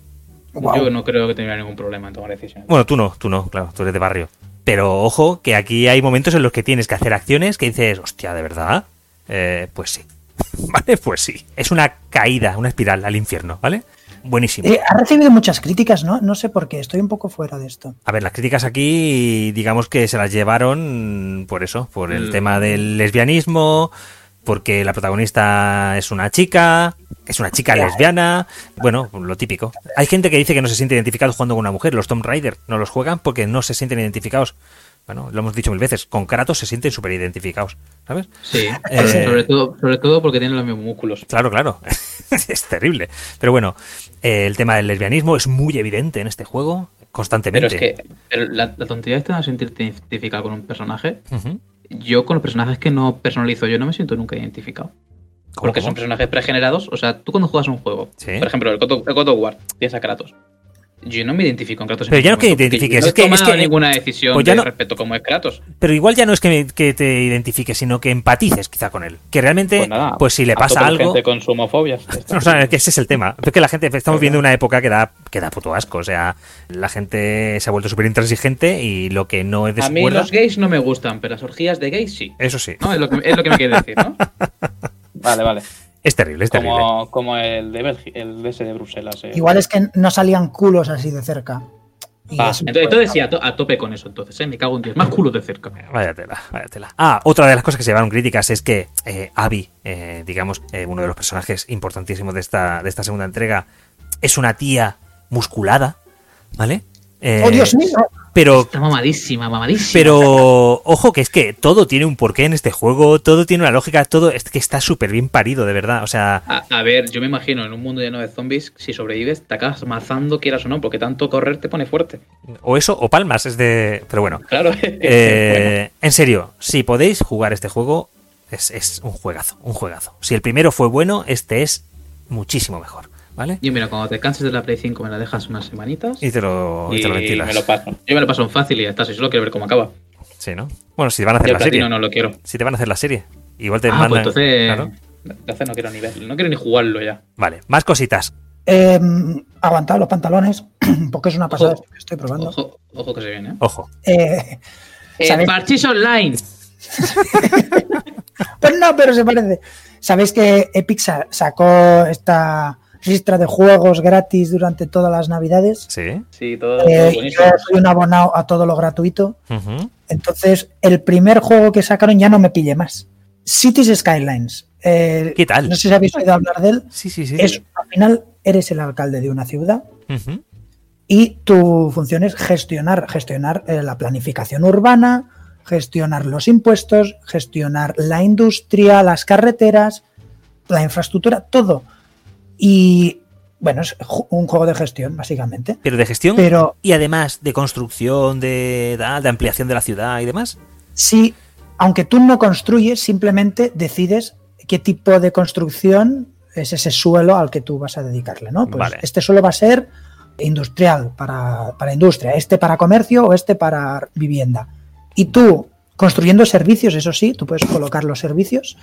Wow. Yo no creo que tenga ningún problema en tomar decisiones. Bueno, tú no, tú no, claro, tú eres de barrio. Pero ojo, que aquí hay momentos en los que tienes que hacer acciones que dices, hostia, ¿de verdad? Eh, pues sí. Vale, pues sí. Es una caída, una espiral al infierno, ¿vale? Buenísimo. Eh, ha recibido muchas críticas, ¿no? No sé por qué, estoy un poco fuera de esto. A ver, las críticas aquí, digamos que se las llevaron por eso, por el Mm. tema del lesbianismo, porque la protagonista es una chica, es una chica Ya. lesbiana, bueno, lo típico. Hay gente que dice que no se siente identificado jugando con una mujer, los Tomb Raider no los juegan porque no se sienten identificados. Bueno, lo hemos dicho mil veces, con Kratos se sienten súper identificados, ¿sabes? Sí, Eh, sobre, todo, sobre todo porque tienen los mismos músculos. Claro, claro. es terrible. Pero bueno, eh, el tema del lesbianismo es muy evidente en este juego, Pero constantemente. es que pero la, la tontería esta de sentirte identificado con un personaje, Ujú. yo con los personajes que no personalizo yo no me siento nunca identificado. ¿Cómo, Porque cómo? son personajes pregenerados. O sea, tú cuando juegas un juego, Sí. por ejemplo, el God of- el God of War, tienes a Kratos. Yo no me identifico con Kratos. en Pero ya ningún no que momento, porque identifiques, yo No es que- he es tomado que- ninguna decisión pues ya de no- respecto como es Kratos. Pero igual ya no es que, que te identifiques, sino que empatices quizá con él. Que realmente, pues, Pues nada. si le a tope pasa con algo... Gente con su homofobia. Ya está. No, o sea, que ese es el tema. Es que la gente, estamos viendo una época que da, que da puto asco. O sea, la gente se ha vuelto súper intransigente y lo que no es de a su mí cuerda- los gays no me gustan, pero las orgías de gays sí. Eso sí, ¿No? Es, lo que, es lo que me quiere decir, ¿no? Vale, vale. es terrible, es terrible. Como, como el de Belgi- el de ese de Bruselas. eh. Igual es que no salían culos así de cerca. Y Ah, es- entonces, entonces sí, a, to- a tope con eso, entonces, ¿eh? Me cago en Dios. Más culo de cerca. Vaya tela, vaya tela. Ah, otra de las cosas que se llevaron críticas es que eh, Abby, eh, digamos, eh, uno de los personajes importantísimos de esta, de esta segunda entrega, es una tía musculada, ¿vale? Eh, ¡Oh, Dios mío! Pero Está mamadísima, mamadísima. Pero ojo que es que todo tiene un porqué en este juego, todo tiene una lógica, todo es que está súper bien parido, de verdad. O sea, A, a ver, yo me imagino en un mundo lleno de zombies, si sobrevives, te acabas mazando, quieras o no, porque tanto correr te pone fuerte. o eso o palmas, es de... Pero bueno, Claro. eh, en serio, si podéis jugar este juego, es, es un juegazo, un juegazo. Si el primero fue bueno, este es muchísimo mejor, ¿vale? Yo, mira, cuando te canses de la Play 5, me la dejas unas semanitas. Y te lo, y te lo ventilas. me lo paso. Yo me lo paso en fácil y ya está. Si solo quiero ver cómo acaba. Sí, ¿no? Bueno, si te van a Yo hacer el la serie. platino no lo quiero. Si te van a hacer la serie. Igual te Ah, mandan... pues entonces. claro. Entonces no quiero ni verlo. No quiero ni jugarlo ya. Vale, más cositas. Eh, aguantad los pantalones, porque es una pasada Ojo. esto que estoy probando. Ojo, ojo que se viene. ¿eh? Ojo. Eh, ¡El ¿Sabéis? Parchís Online! pero pues no, pero se parece. Sabéis que Epic sa- sacó esta ristra de juegos gratis durante todas las navidades. Sí. Sí, todo, Eh, todo yo buenísimo. soy un abonado a todo lo gratuito. Ujú. Entonces, el primer juego que sacaron ya no me pille más. Cities Skylines. Eh, ¿Qué tal? No sé si habéis oído hablar de él. Sí, sí, sí. Es, al final, eres el alcalde de una ciudad Ujú. y tu función es gestionar, gestionar eh, la planificación urbana, gestionar los impuestos, gestionar la industria, las carreteras, la infraestructura, todo. Y bueno, es ju- un juego de gestión, básicamente. Pero de gestión Pero y además de construcción, de, tal, de ampliación de la ciudad y demás. si, aunque tú no construyes, simplemente decides qué tipo de construcción es ese suelo al que tú vas a dedicarle, ¿no? Pues Vale. este suelo va a ser industrial para, para industria, este para comercio o este para vivienda. Y tú, construyendo servicios, eso sí, tú puedes colocar los servicios,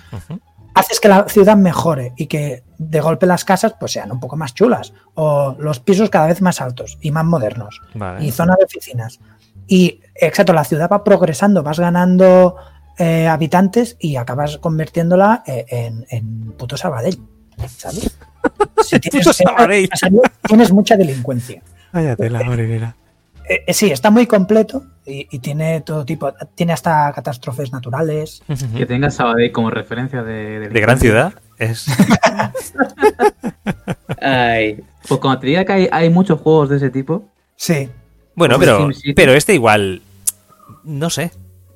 haces que la ciudad mejore y que de golpe las casas pues sean un poco más chulas o los pisos cada vez más altos y más modernos Vale. y zona de oficinas. Y exacto, la ciudad va progresando, vas ganando eh, habitantes y acabas convirtiéndola eh, en, en puto Sabadell. ¿Sabes? Si tienes, Puto Sabadell. tienes mucha delincuencia. Eh, eh, sí, está muy completo y, y tiene todo tipo, tiene hasta catástrofes naturales. Que tenga Sabadell como referencia de. De gran ciudad es. Ay. Pues cuando te diga que hay, hay muchos juegos de ese tipo. Sí, Bueno, Como pero, SimCity. pero este igual. No sé.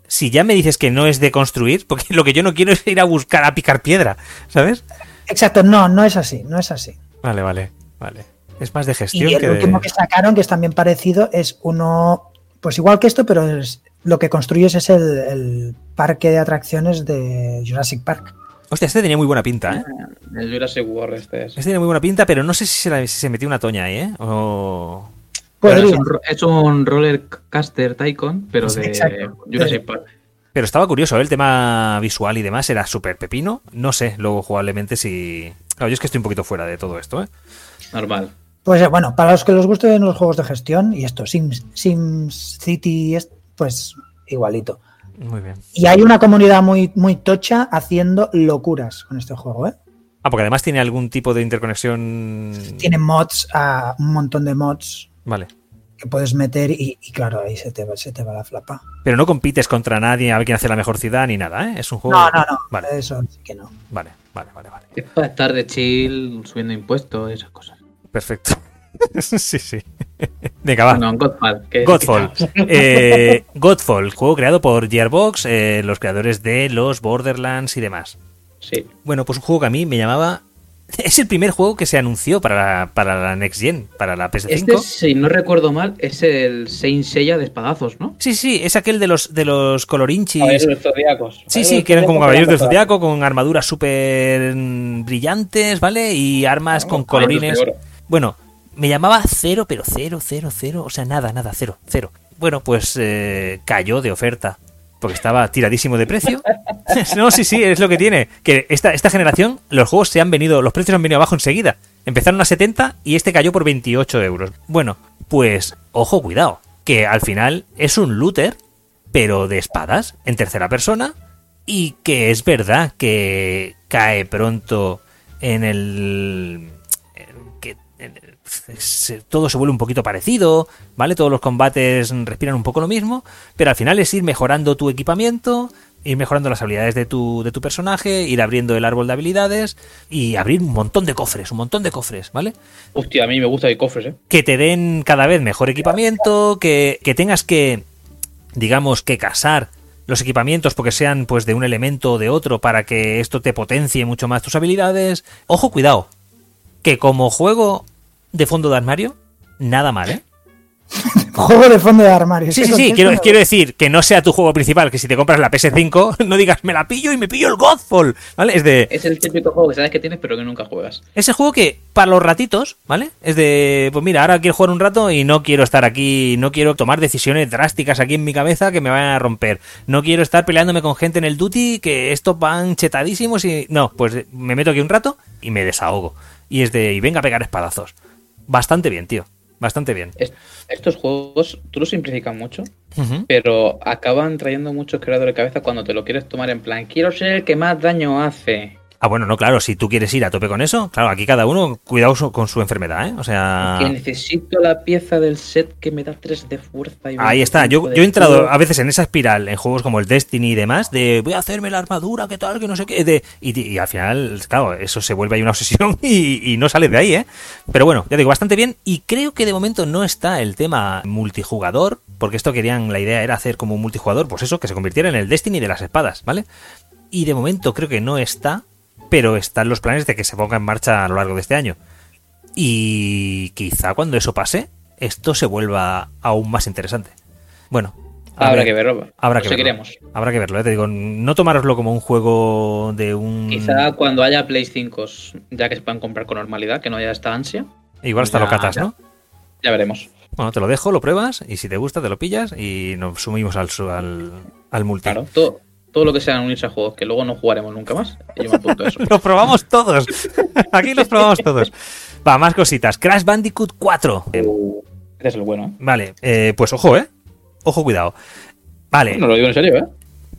Si ya me dices que no es de construir, porque lo que yo no quiero es ir a buscar a picar piedra, ¿sabes? exacto, no, no es así, no es así. Vale, vale, vale. Es más de gestión Y el que de. último que sacaron, que es también parecido, es uno, pues igual que esto, pero es- lo que construyes es el, el parque de atracciones de Jurassic Park. Hostia, este tenía muy buena pinta, ¿eh? Ah. El Jurassic World este es. Este tenía muy buena pinta, pero no sé si se, la- si se metió una toña ahí, ¿eh? O. Bueno, Podría. es, un, ro- es un roller caster Tycoon, pero de Exacto. Jurassic Park. Pero estaba curioso, ¿eh? el tema visual y demás era súper pepino. No sé, luego jugablemente si, Claro, yo es que estoy un poquito fuera de todo esto, ¿eh? Normal. Pues bueno, para los que les gusten los juegos de gestión y esto, Sims, Sims City, pues igualito. Muy bien. Y hay una comunidad muy, muy tocha haciendo locuras con este juego, ¿eh? Ah, porque además tiene algún tipo de interconexión. Tiene mods, uh, un montón de mods. Vale. Que puedes meter y, y claro, ahí se te, va, se te va la flapa. Pero no compites contra nadie a ver quién hace la mejor ciudad ni nada, ¿eh? Es un juego. No, no, no. Vale. Eso sí que no. Vale, vale, vale. vale. Es para estar de chill, subiendo impuestos, esas cosas. Perfecto. sí, sí. Venga, va. No, Godfall. Ah. Godfall. Eh, Godfall, juego creado por Gearbox, eh, los creadores de los Borderlands y demás. Sí. Bueno, pues un juego que a mí me llamaba. Es el primer juego que se anunció para la, para la Next Gen, para la PS5. Este, si no recuerdo mal, es el Saint Seiya de espadazos, ¿no? Sí, sí, es aquel de los, de los colorinchis. Caballeros del Zodíacos. Sí, sí, que eran como caballeros del Zodíaco con armaduras súper brillantes, ¿vale? Y armas no, con colorines. Bueno, me llamaba cero, pero cero, cero, cero, o sea, nada, nada, cero, cero. Bueno, pues eh, cayó de oferta porque estaba tiradísimo de precio. no, sí, sí, es lo que tiene. Que esta, esta generación, los juegos se han venido, los precios han venido abajo enseguida. Empezaron a 70 y este cayó por 28 euros. Bueno, pues ojo, cuidado, que al final es un looter, pero de espadas, en tercera persona, y que es verdad que cae pronto en el... Que, en el todo se vuelve un poquito parecido, ¿vale? Todos los combates respiran un poco lo mismo, pero al final es ir mejorando tu equipamiento, ir mejorando las habilidades de tu, de tu personaje, ir abriendo el árbol de habilidades y abrir un montón de cofres, un montón de cofres, ¿vale? Hostia, a mí me gusta de cofres, ¿eh? Que te den cada vez mejor equipamiento, que, que tengas que, digamos, que casar los equipamientos porque sean pues de un elemento o de otro para que esto te potencie mucho más tus habilidades. Ojo, cuidado, que como juego de fondo de armario, nada mal, ¿eh? juego de fondo de armario. Sí, sí, sí. Quiero, quiero, decir que no sea tu juego principal, que si te compras la PS5, no digas me la pillo y me pillo el Godfall, ¿vale? Es de. Es el típico juego que sabes que tienes, pero que nunca juegas. Ese juego que, para los ratitos, ¿vale? Es de. Pues mira, ahora quiero jugar un rato y no quiero estar aquí, no quiero tomar decisiones drásticas aquí en mi cabeza que me vayan a romper. No quiero estar peleándome con gente en el duty, que estos van chetadísimos y. No, pues me meto aquí un rato y me desahogo. Y es de. Y venga a pegar espadazos bastante bien, tío. Bastante bien. Estos juegos, tú los simplificas mucho, uh -huh. pero acaban trayendo muchos creadores de cabeza cuando te lo quieres tomar en plan, quiero ser el que más daño hace. Ah, bueno, no, claro, si tú quieres ir a tope con eso, claro, aquí cada uno, cuidado con su enfermedad, ¿eh? O sea... Que necesito la pieza del set que me da 3 de fuerza. Y Ahí está, yo, yo he entrado tiro. a veces en esa espiral, en juegos como el Destiny y demás, de voy a hacerme la armadura, que tal, que no sé qué, de, y, y, al final, claro, eso se vuelve ahí una obsesión y, y no sales de ahí, ¿eh? Pero bueno, ya digo, bastante bien, y creo que de momento no está el tema multijugador, porque esto querían, la idea era hacer como un multijugador, pues eso, que se convirtiera en el Destiny de las espadas, ¿vale? Y de momento creo que no está, pero están los planes de que se ponga en marcha a lo largo de este año. Y quizá cuando eso pase, esto se vuelva aún más interesante. Bueno. Habrá ver, que verlo. Habrá que verlo. Habrá que verlo. ¿eh? Te digo, no tomároslo como un juego de un... Quizá cuando haya Play 5, ya que se puedan comprar con normalidad, que no haya esta ansia. Igual hasta lo catas, ¿no? Ya veremos. Bueno, te lo dejo, lo pruebas y si te gusta te lo pillas y nos sumimos al, al, al multi. Claro, todo, todo lo que sean unirse a juegos que luego no jugaremos nunca más. Yo me apunto a eso. los probamos todos. Aquí los probamos todos. Va, más cositas. Crash Bandicoot 4. Este es el bueno. ¿eh? Vale, eh, pues ojo, ¿eh? Ojo, cuidado. Vale. No lo digo en serio, ¿eh?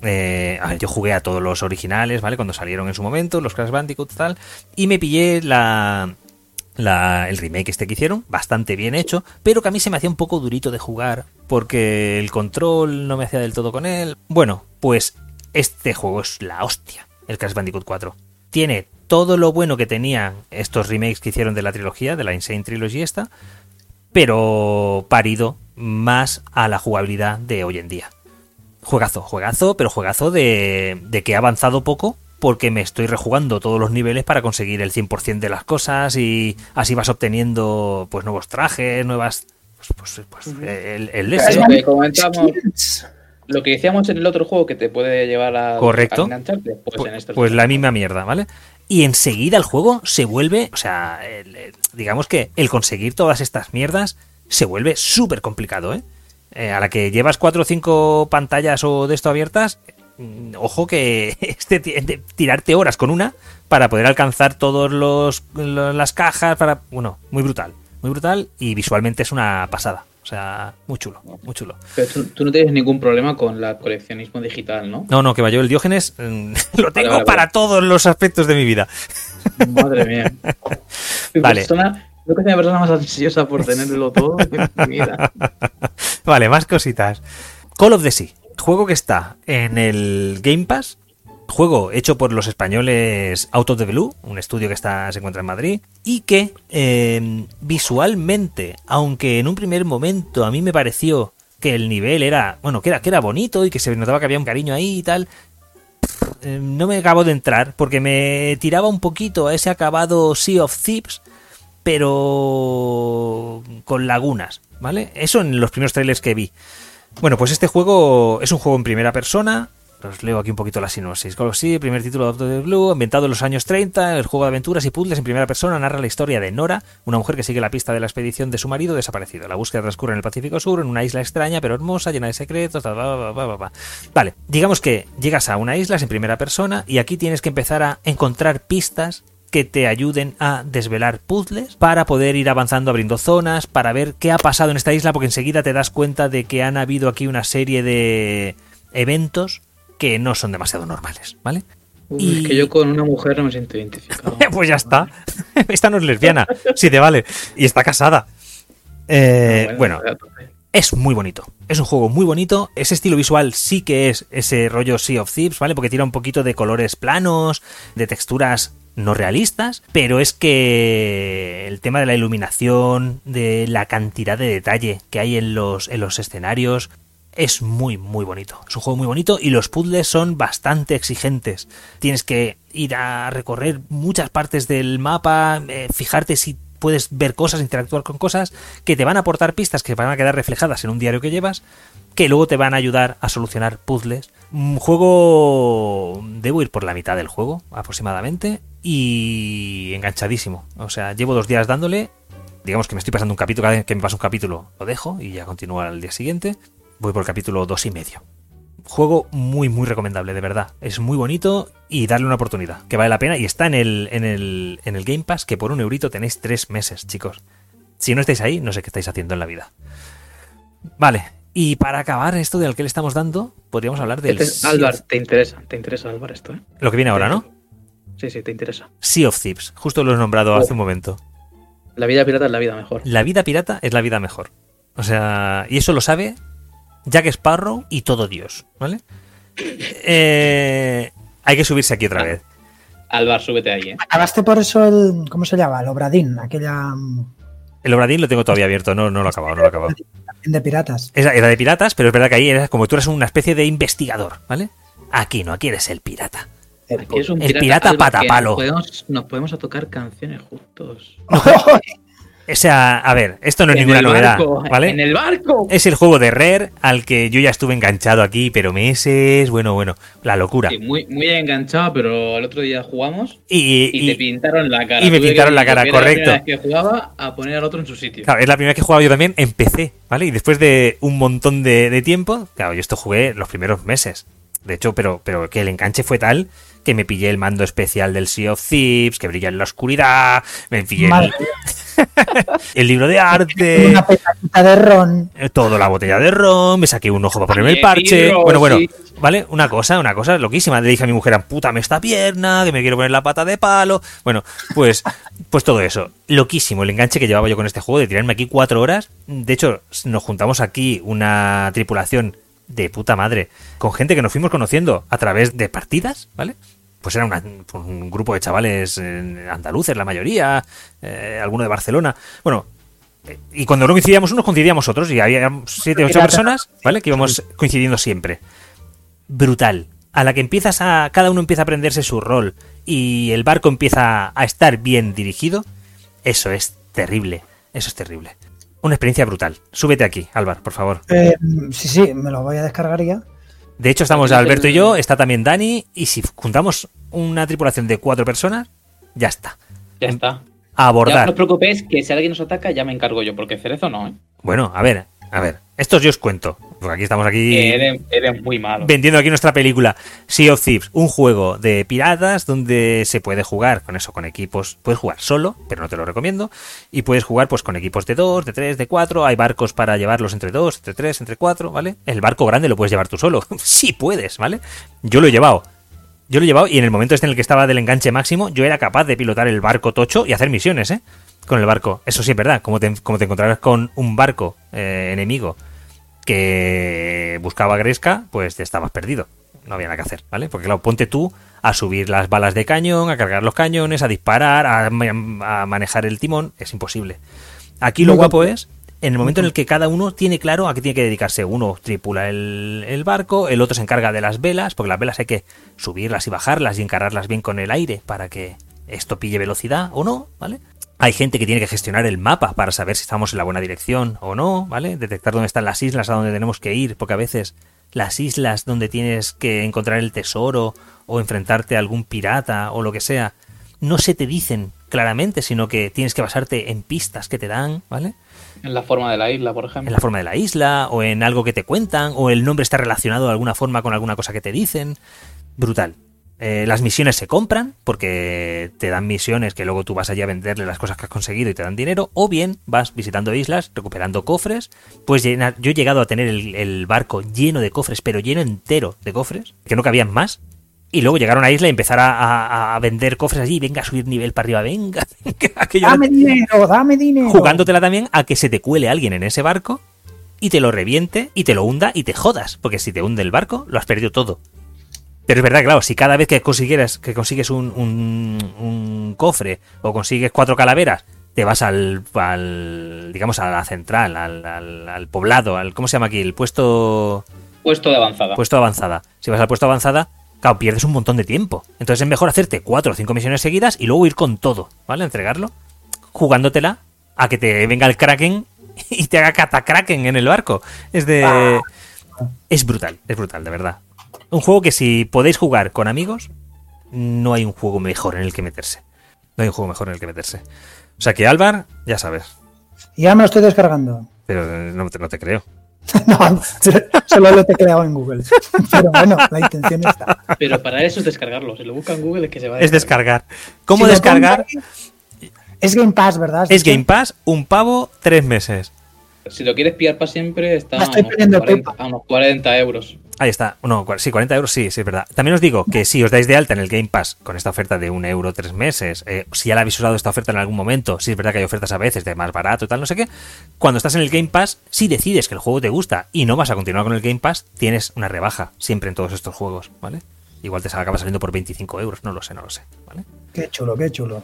Eh, a ver, yo jugué a todos los originales, ¿vale? Cuando salieron en su momento, los Crash Bandicoot tal. Y me pillé la, la, el remake este que hicieron, bastante bien hecho, pero que a mí se me hacía un poco durito de jugar porque el control no me hacía del todo con él. Bueno, pues este juego es la hostia, el Crash Bandicoot 4. Tiene todo lo bueno que tenían estos remakes que hicieron de la trilogía, de la Insane Trilogy esta, pero parido más a la jugabilidad de hoy en día. Juegazo, juegazo, pero juegazo de, de que he avanzado poco porque me estoy rejugando todos los niveles para conseguir el 100% de las cosas y así vas obteniendo pues nuevos trajes, nuevas... Pues, pues, pues el, el ese. Lo que comentamos, lo que decíamos en el otro juego que te puede llevar a correcto a pues, pues, en este pues la misma mierda vale y enseguida el juego se vuelve o sea el, el, digamos que el conseguir todas estas mierdas se vuelve súper complicado ¿eh? ¿eh? a la que llevas cuatro o cinco pantallas o de esto abiertas ojo que este tirarte horas con una para poder alcanzar todos los, los, las cajas para bueno muy brutal muy brutal y visualmente es una pasada o sea muy chulo muy chulo pero tú, tú no tienes ningún problema con la coleccionismo digital no no no que va yo el Diógenes mm, lo tengo vale, vale, para vale. todos los aspectos de mi vida madre mía mi vale persona, creo que soy la persona más ansiosa por tenerlo todo en mi vida vale más cositas Call of the Sea juego que está en el Game Pass. Juego hecho por los españoles Out of the Blue, un estudio que está, se encuentra en Madrid, y que eh, visualmente, aunque en un primer momento a mí me pareció que el nivel era, bueno, que era, que era bonito y que se notaba que había un cariño ahí y tal, eh, no me acabo de entrar porque me tiraba un poquito a ese acabado Sea of Thieves, pero con lagunas, ¿vale? Eso en los primeros trailers que vi. Bueno, pues este juego es un juego en primera persona. Os leo aquí un poquito la sinopsis. Call of Sea, primer título de Out of the Blue, ambientado en los años 30, el juego de aventuras y puzzles en primera persona narra la historia de Nora, una mujer que sigue la pista de la expedición de su marido desaparecido. La búsqueda transcurre en el Pacífico Sur, en una isla extraña pero hermosa, llena de secretos. Bla, bla, bla, vale, digamos que llegas a una isla en primera persona y aquí tienes que empezar a encontrar pistas que te ayuden a desvelar puzzles para poder ir avanzando abriendo zonas, para ver qué ha pasado en esta isla, porque enseguida te das cuenta de que han habido aquí una serie de eventos que no son demasiado normales, ¿vale? Uy, y... Es que yo con una mujer no me siento identificado. pues ya está. Esta no es lesbiana, si te vale. Y está casada. Eh, no, bueno, bueno es muy bonito. Es un juego muy bonito. Ese estilo visual sí que es ese rollo Sea of Thieves, ¿vale? Porque tira un poquito de colores planos, de texturas no realistas, pero es que el tema de la iluminación, de la cantidad de detalle que hay en los, en los escenarios, es muy, muy bonito. Es un juego muy bonito y los puzzles son bastante exigentes. Tienes que ir a recorrer muchas partes del mapa, eh, fijarte si puedes ver cosas, interactuar con cosas, que te van a aportar pistas que van a quedar reflejadas en un diario que llevas, que luego te van a ayudar a solucionar puzzles. Un juego... Debo ir por la mitad del juego, aproximadamente, y enganchadísimo. O sea, llevo dos días dándole. Digamos que me estoy pasando un capítulo, cada vez que me pasa un capítulo lo dejo y ya continúa al día siguiente. Voy por el capítulo dos y medio. Juego muy, muy recomendable, de verdad. Es muy bonito y darle una oportunidad, que vale la pena. Y está en el, en el, en el Game Pass, que por un eurito tenéis tres meses, chicos. Si no estáis ahí, no sé qué estáis haciendo en la vida. Vale, y para acabar esto del que le estamos dando, podríamos hablar del. Este, Álvaro, te interesa, te interesa, Álvaro, esto, ¿eh? Lo que viene ahora, ¿no? Sí, sí, te interesa. Sea of Thieves, justo lo he nombrado oh. hace un momento. La vida pirata es la vida mejor. La vida pirata es la vida mejor. O sea, y eso lo sabe Jack Sparrow y todo Dios, ¿vale? Eh, hay que subirse aquí otra vez. Alvar, súbete ahí. ¿eh? Acabaste por eso el. ¿Cómo se llama? El Obradín, aquella. mm, El Obradín lo tengo todavía abierto, no, no lo he acabado, no lo he acabado. De piratas. Era, era de piratas, pero es verdad que ahí eras como tú eras una especie de investigador, ¿vale? Aquí no, aquí eres el pirata. El, Aquí es un el pirata, pirata patapalo. Nos podemos, nos podemos a tocar canciones juntos. o sea, a ver, esto no es en ninguna novedad, barco, ¿vale? En el barco. Es el juego de Rare al que yo ya estuve enganchado aquí, pero meses, bueno, bueno, la locura. Sí, muy, muy enganchado, pero el otro día jugamos y, y, y te pintaron la cara. Y me Tuve pintaron la cara, correcto. La primera vez que jugaba a poner al otro en su sitio. Claro, es la primera vez que jugaba yo también empecé, ¿vale? Y después de un montón de, de tiempo, claro, yo esto jugué los primeros meses. De hecho, pero, pero que el enganche fue tal que me pillé el mando especial del Sea of Thieves, que brilla en la oscuridad, me pillé el, el, libro de arte, una pelotita de ron, toda eh, la botella de ron, me saqué un ojo para ponerme el parche. Libro, bueno, bueno, sí. ¿vale? Una cosa, una cosa loquísima. Le dije a mi mujer, ampútame esta pierna, que me quiero poner la pata de palo. Bueno, pues, pues todo eso. Loquísimo el enganche que llevaba yo con este juego de tirarme aquí cuatro horas. De hecho, nos juntamos aquí una tripulación de puta madre, con gente que nos fuimos conociendo a través de partidas, ¿vale? Pues era una, un grupo de chavales eh, andaluces, la mayoría, eh, alguno de Barcelona. Bueno, y cuando no coincidíamos unos, coincidíamos otros, y había siete o ocho personas, ¿vale? Que íbamos coincidiendo siempre. Brutal. A la que empiezas a. Cada uno empieza a aprenderse su rol y el barco empieza a estar bien dirigido. Eso es terrible. Eso es terrible una experiencia brutal. Súbete aquí, Álvaro, por favor. Eh, sí, sí, me lo voy a descargar ya. De hecho, estamos Alberto y yo, está también Dani, y si juntamos una tripulación de cuatro personas, ya está. Ya está. A abordar. Ya no os preocupéis que si alguien nos ataca, ya me encargo yo, porque Cerezo no, ¿eh? Bueno, a ver, a ver. Estos yo os cuento. Porque aquí estamos aquí. Eres, eres muy malo. Vendiendo aquí nuestra película. Sea of Thieves, un juego de piratas donde se puede jugar con eso, con equipos. Puedes jugar solo, pero no te lo recomiendo. Y puedes jugar pues con equipos de 2, de 3, de 4. Hay barcos para llevarlos entre 2, entre 3, entre 4, ¿vale? El barco grande lo puedes llevar tú solo. sí puedes, ¿vale? Yo lo he llevado. Yo lo he llevado y en el momento este en el que estaba del enganche máximo, yo era capaz de pilotar el barco tocho y hacer misiones, ¿eh? Con el barco. Eso sí es verdad. Como te, como te encontrarás con un barco eh, enemigo que buscaba Gresca, pues te estabas perdido. No había nada que hacer, ¿vale? Porque claro, ponte tú a subir las balas de cañón, a cargar los cañones, a disparar, a, a manejar el timón. Es imposible. Aquí lo Muy guapo es en el momento en el que cada uno tiene claro a qué tiene que dedicarse. Uno tripula el, el, barco, el otro se encarga de las velas, porque las velas hay que subirlas y bajarlas y encargarlas bien con el aire para que esto pille velocidad o no, ¿vale? Hay gente que tiene que gestionar el mapa para saber si estamos en la buena dirección o no, ¿vale? Detectar dónde están las islas a donde tenemos que ir, porque a veces las islas donde tienes que encontrar el tesoro o enfrentarte a algún pirata o lo que sea, no se te dicen claramente, sino que tienes que basarte en pistas que te dan, ¿vale? En la forma de la isla, por ejemplo. En la forma de la isla, o en algo que te cuentan, o el nombre está relacionado de alguna forma con alguna cosa que te dicen. Brutal. Eh, las misiones se compran, porque te dan misiones que luego tú vas allí a venderle las cosas que has conseguido y te dan dinero, o bien vas visitando islas, recuperando cofres. Pues llenar, yo he llegado a tener el, el barco lleno de cofres, pero lleno entero de cofres, que no cabían más, y luego llegar a una isla y empezar a, a, a, vender cofres allí, venga a subir nivel para arriba, venga. venga dame no... dinero, dame dinero. Jugándotela también a que se te cuele alguien en ese barco y te lo reviente y te lo hunda y te jodas, porque si te hunde el barco, lo has perdido todo. Pero es verdad, claro, si cada vez que consiguieras, que consigues un, un, un cofre o consigues cuatro calaveras, te vas al, al digamos, a la central, al, al, al poblado, al, ¿cómo se llama aquí? El puesto... Puesto de avanzada. Puesto de avanzada. Si vas al puesto de avanzada, claro, pierdes un montón de tiempo. Entonces es mejor hacerte cuatro o cinco misiones seguidas y luego ir con todo, ¿vale? Entregarlo, jugándotela a que te venga el Kraken y te haga catacraken en el barco. Es de. Ah. Es brutal, es brutal, de verdad. Un juego que si podéis jugar con amigos, no hay un juego mejor en el que meterse. No hay un juego mejor en el que meterse. O sea que, Álvar, ya sabes. Ya me lo estoy descargando. Pero no te, no te creo. No, solo lo he tecleado en Google. Pero bueno, la intención está. Pero para eso es descargarlo. Si lo busca en Google es que se va a descargar. Es descargar. ¿Cómo si descargar? Es Game Pass, ¿verdad? Es Game Pass, un pavo, tres meses. Si lo quieres pillar para siempre, está Estoy a, unos 40, a unos 40 euros. Ahí está. No, sí, 40 euros sí, sí, es verdad. También os digo que si os dais de alta en el Game Pass con esta oferta de un euro tres meses, eh, si ya la habéis usado esta oferta en algún momento, si es verdad que hay ofertas a veces de más barato y tal, no sé qué, cuando estás en el Game Pass, si decides que el juego te gusta y no vas a continuar con el Game Pass, tienes una rebaja siempre en todos estos juegos, ¿vale? Igual te acaba saliendo por 25 euros, no lo sé, no lo sé, ¿vale? Qué chulo, qué chulo.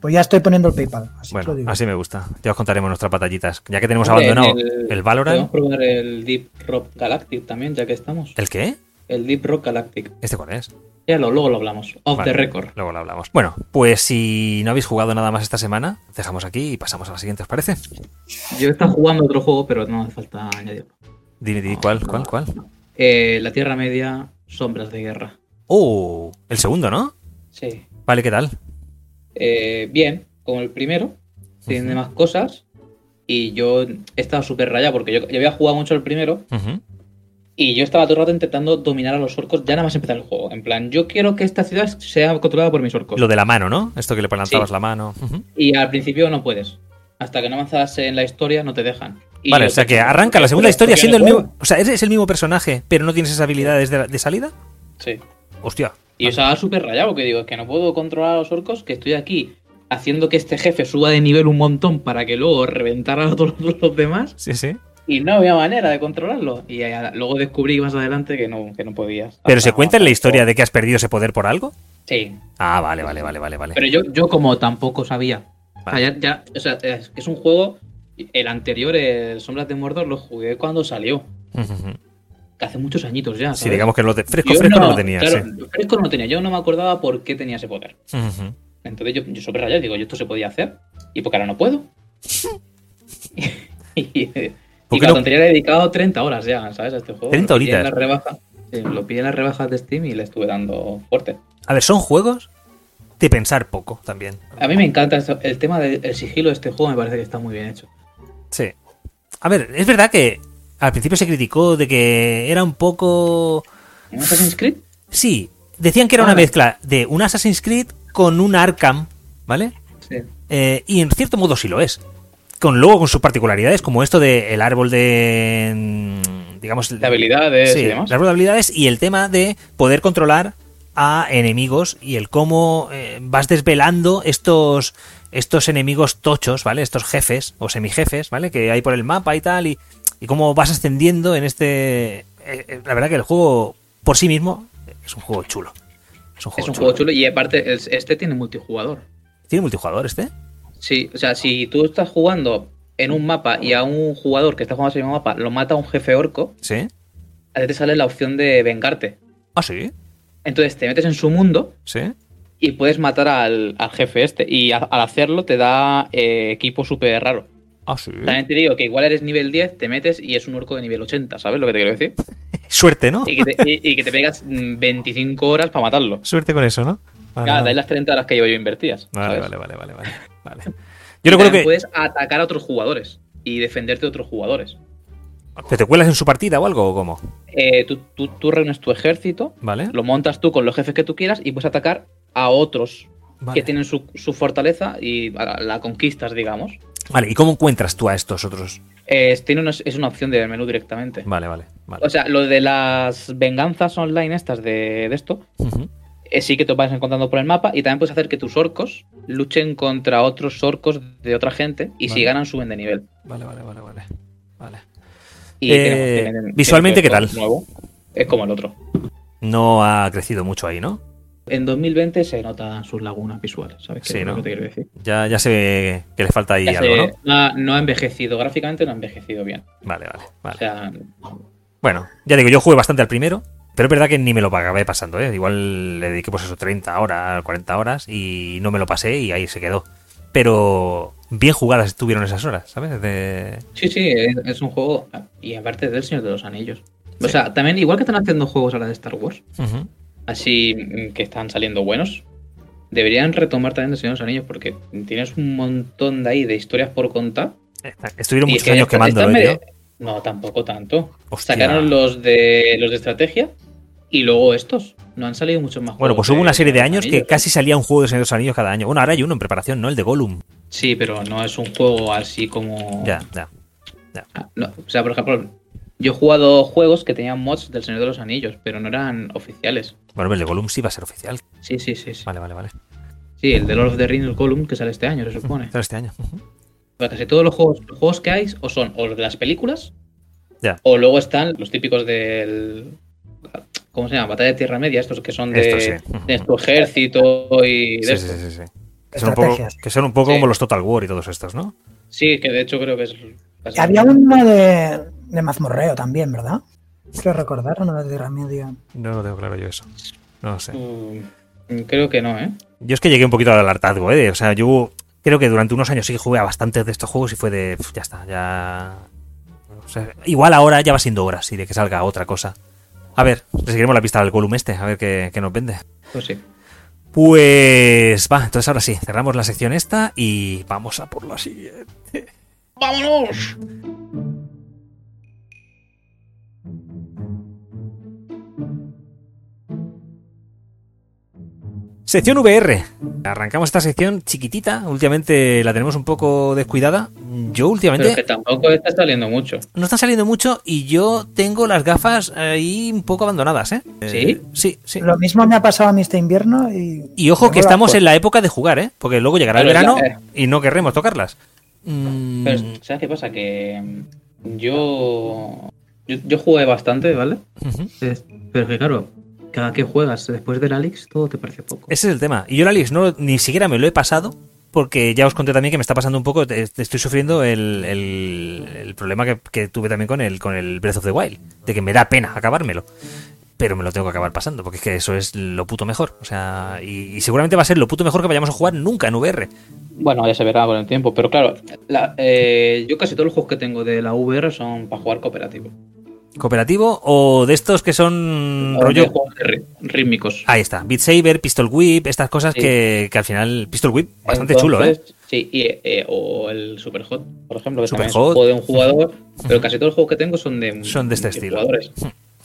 Pues ya estoy poniendo el PayPal. Así bueno, lo digo. así me gusta. Ya os contaremos nuestras batallitas. Ya que tenemos Hombre, abandonado el, el, Valorant. Podemos probar el Deep Rock Galactic también, ya que estamos. ¿El qué? El Deep Rock Galactic. ¿Este cuál es? Ya lo, luego lo hablamos. Off vale, the record. Luego lo hablamos. Bueno, pues si no habéis jugado nada más esta semana, dejamos aquí y pasamos a la siguiente, ¿os parece? Yo estaba jugando otro juego, pero no hace falta añadirlo. Dime, dime, ¿cuál, cuál, cuál? Eh, la Tierra Media, Sombras de Guerra. ¡Oh! El segundo, ¿no? Sí. Vale, ¿qué tal? Eh, bien, como el primero, tiene uh -huh. más cosas. Y yo estaba súper rayado porque yo, yo, había jugado mucho el primero. Uh -huh. Y yo estaba todo el rato intentando dominar a los orcos ya nada más empezar el juego. En plan, yo quiero que esta ciudad sea controlada por mis orcos. Pues Lo de la mano, ¿no? Esto que le plantabas sí. la mano. Uh -huh. Y al principio no puedes. Hasta que no avanzas en la historia no te dejan. Y vale, o sea que arranca la segunda historia siendo el mismo... O sea, eres el mismo personaje, pero no tienes esas habilidades de, de salida. Sí. Hostia, y o estaba súper rayado, que digo, es que no puedo controlar a los orcos, que estoy aquí haciendo que este jefe suba de nivel un montón para que luego reventara a todos los demás. Sí, sí. Y no había manera de controlarlo. Y luego descubrí más adelante que no, que no podías. ¿Pero se cuenta en la historia de que has perdido ese poder por algo? Sí. Ah, vale, vale, vale, vale, vale. Pero yo, yo como tampoco sabía. Vale. O, sea, ya, ya, o sea, es, un juego. El anterior, el Sombras de Mordor, lo jugué cuando salió. Uh -huh que hace muchos añitos ya. ¿sabes? Sí, digamos que lo de... fresco, yo fresco no, no, lo tenía. Claro, sí. fresco no tenía. Yo no me acordaba por qué tenía ese poder. Uh -huh. Entonces yo, yo sobre rayado digo, yo esto se podía hacer y porque ahora no puedo. y, y con no? la tontería le he dedicado 30 horas ya, ¿sabes? A este juego. 30 horitas. Lo, rebaja, sí, lo pillé en las rebajas de Steam y le estuve dando fuerte. A ver, son juegos de pensar poco también. A mí me encanta esto. el tema del el sigilo de este juego, me parece que está muy bien hecho. Sí. A ver, es verdad que Al principio se criticó de que era un poco. ¿Un Assassin's Creed? Sí, decían que era una mezcla de un Assassin's Creed con un Arkham, ¿vale? Sí. Eh, y en cierto modo sí lo es. Con, luego con sus particularidades, como esto del el árbol de. mm, digamos. De habilidades sí, y demás. el árbol de habilidades y el tema de poder controlar a enemigos y el cómo eh, vas desvelando estos estos enemigos tochos, ¿vale? Estos jefes o semijefes, ¿vale? Que hay por el mapa y tal y, y cómo vas ascendiendo en este eh, eh, la verdad que el juego por sí mismo es un juego chulo. Es un juego, es un chulo. juego chulo y aparte es- este tiene multijugador. ¿Tiene multijugador este? Sí, o sea, si tú estás jugando en un mapa y a un jugador que está jugando ese mismo mapa lo mata un jefe orco, Sí. a ti te sale la opción de vengarte. Ah, sí. Entonces te metes en su mundo Sí. y puedes matar al, al jefe este. Y a- al hacerlo te da eh, equipo súper raro. Ah, sí. También te digo que igual eres nivel 10, te metes y es un orco de nivel 80, ¿sabes lo que te quiero decir? Suerte, ¿no? Y que te, y- y que te pegas mm, 25 horas para matarlo. Suerte con eso, Ah, ¿no? Vale, Claro, de vale. ahí las 30 horas que yo, yo invertías. Vale, ¿sabes? pues, vale, vale, vale, vale, vale. Y Yo recuerdo también que Puedes atacar a otros jugadores y defenderte de otros jugadores. ¿Pero te cuelas en su partida o algo o cómo, Eh, tú, tú, tú reúnes tu ejército, ¿vale? lo montas tú con los jefes que tú quieras y puedes atacar a otros Vale. que tienen su, su fortaleza y la la conquistas, digamos. Vale, ¿y cómo encuentras tú a estos otros? Eh, tiene una- es una opción del menú directamente. Vale, vale, vale. O sea, lo de las venganzas online estas de, de esto, Ujú. eh, sí que te vas encontrando por el mapa y también puedes hacer que tus orcos luchen contra otros orcos de otra gente y Vale. si ganan suben de nivel. Vale, vale, vale, vale. Vale. Y Eh, visualmente, ¿qué esto tal? Nuevo. Es como el otro. No ha crecido mucho ahí, ¿no? En 2020 se notan sus lagunas visuales, ¿sabes? qué Sí, es lo ¿no? que te quiero decir? Ya, ya se ve que le falta ahí Ya algo, se- ¿no? no ha, no ha envejecido, gráficamente no ha envejecido bien. Vale, vale, O vale. sea, Bueno, ya digo, yo jugué bastante al primero, pero es verdad que ni me lo acabé pasando, ¿eh? Igual le dediqué pues eso 30 horas, 40 horas y no me lo pasé y ahí se quedó. Pero bien jugadas estuvieron esas horas, ¿sabes? De... sí, sí, es, es un juego. Y aparte del Señor de los Anillos. O sea, también, igual que están haciendo juegos ahora de Star Wars, Ujú. así mm, que están saliendo buenos, deberían retomar también el Señor de los Anillos, porque tienes un montón de ahí de historias por contar. Eh, Estuvieron y muchos que años esta- esta quemándolo, ¿eh, medio- tío. No, tampoco tanto. Hostia. Sacaron los de los de estrategia y luego estos. No han salido muchos más Bueno, juegos pues hubo una serie de años que anillos, ¿eh? casi salía un juego de Señor de los Anillos cada año. Bueno, ahora hay uno en preparación, ¿no? El de Gollum. Sí, pero no es un juego así como. Ya, ya. Ah, No, o sea, por ejemplo, yo he jugado juegos que tenían mods del Señor de los Anillos, pero no eran oficiales. Bueno, el de Gollum sí va a ser oficial. Sí, sí, sí. Sí, Vale, vale, vale. sí el de Lord of the Rings Column que sale este año, se supone. Será este año. Ujú. Pero casi todos los juegos, los juegos que hay o son o los de las películas, Ya. o luego están los típicos del. ¿Cómo se llama? Batalla de Tierra Media, estos que son de, Esto sí. Ujú. de tu ejército y de Sí, esto. sí, sí, sí. Que son un poco, Estrategias. que son un poco Sí. como los Total War y todos estos, ¿no? Sí, que de hecho creo que es. Había una de, de mazmorreo también, ¿verdad? Quiero recordar una de Tierra Media. No lo tengo claro yo eso. No lo sé. Mm, Creo que no, ¿eh? Yo es que llegué un poquito al hartazgo, ¿eh? O sea, yo creo que durante unos años sí que jugué a bastantes de estos juegos y fue de. "Pf, Ya está, ya. O sea, igual ahora ya va siendo hora, sí, de que salga otra cosa. A ver, le seguiremos la pista al Gollum este, a ver qué, qué nos vende. Pues sí. Pues va, entonces ahora sí, cerramos la sección esta y vamos a por la siguiente. ¡Vámonos! Sección VR. Arrancamos esta sección chiquitita, últimamente la tenemos un poco descuidada. Yo Pero que últimamente tampoco está saliendo mucho. no está saliendo mucho y yo tengo las gafas ahí un poco abandonadas, ¿eh? Eh, Sí, sí. Lo mismo me ha pasado a mí este invierno y. Y ojo que Tengo la- estamos en la época de jugar, ¿eh? Porque luego llegará el Claro, verano ya, eh. y no querremos tocarlas. Mm, Pero, ¿sabes qué pasa? Que mm, yo. Yo, yo jugué bastante, ¿vale? ujú. Es- Pero que claro, cada que juegas después del Alex, todo te parece poco. Ese es el tema. Y yo la Liz no, ni siquiera me lo he pasado porque ya os conté también que me está pasando un poco, te- te estoy sufriendo el, el- el problema que, que tuve también con el, con el Breath of the Wild, de que me da pena acabármelo. Pero me lo tengo que acabar pasando, porque es que eso es lo puto mejor. O sea, y, y seguramente va a ser lo puto mejor que vayamos a jugar nunca en VR. Bueno, ya se verá con el tiempo, pero claro, la- eh, yo casi todos los juegos que tengo de la VR son para jugar cooperativo. ¿Cooperativo o de estos que son O Mm, rollo? Ah, de juegos rí- rítmicos. Ahí está, Beat Saber, Pistol Whip, estas cosas Sí. que, que al final. Pistol Whip, bastante chulo, ¿eh? Entonces, Sí, y, eh, o el Superhot, por ejemplo, que también es Superhot. Mm. un juego de un jugador, pero casi todos los juegos que tengo son de, Son de este estilo. jugadores.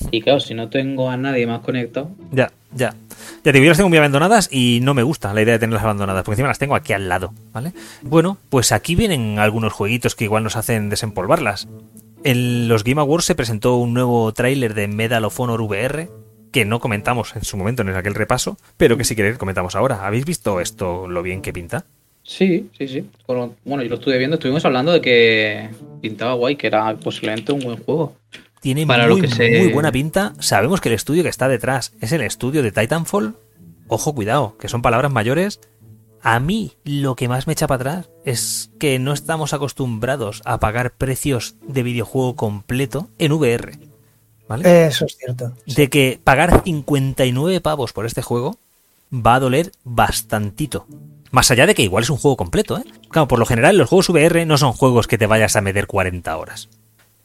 Y claro, si no tengo a nadie más conectado, Ya, ya. Ya te digo, yo las tengo muy abandonadas y no me gusta la idea de tenerlas abandonadas, porque encima las tengo aquí al lado, ¿vale? Bueno, pues aquí vienen algunos jueguitos que igual nos hacen desempolvarlas. En los Game Awards se presentó un nuevo tráiler de Medal of Honor VR, que no comentamos en su momento en aquel repaso, pero que si queréis comentamos ahora. ¿Habéis visto esto, lo bien que pinta? sí, sí, sí. Con- Bueno, yo lo estuve viendo, estuvimos hablando de que pintaba guay, que era posiblemente un buen juego. Tiene Para muy, lo que se- muy buena pinta. Sabemos que el estudio que está detrás es el estudio de Titanfall. Ojo, cuidado, que son palabras mayores. A mí lo que más me echa para atrás es que no estamos acostumbrados a pagar precios de videojuego completo en VR. ¿Vale? Eso es cierto. de que pagar 59 pavos por este juego va a doler bastantito. Más allá de que igual es un juego completo, ¿eh? Claro, por lo general los juegos VR no son juegos que te vayas a meter 40 horas.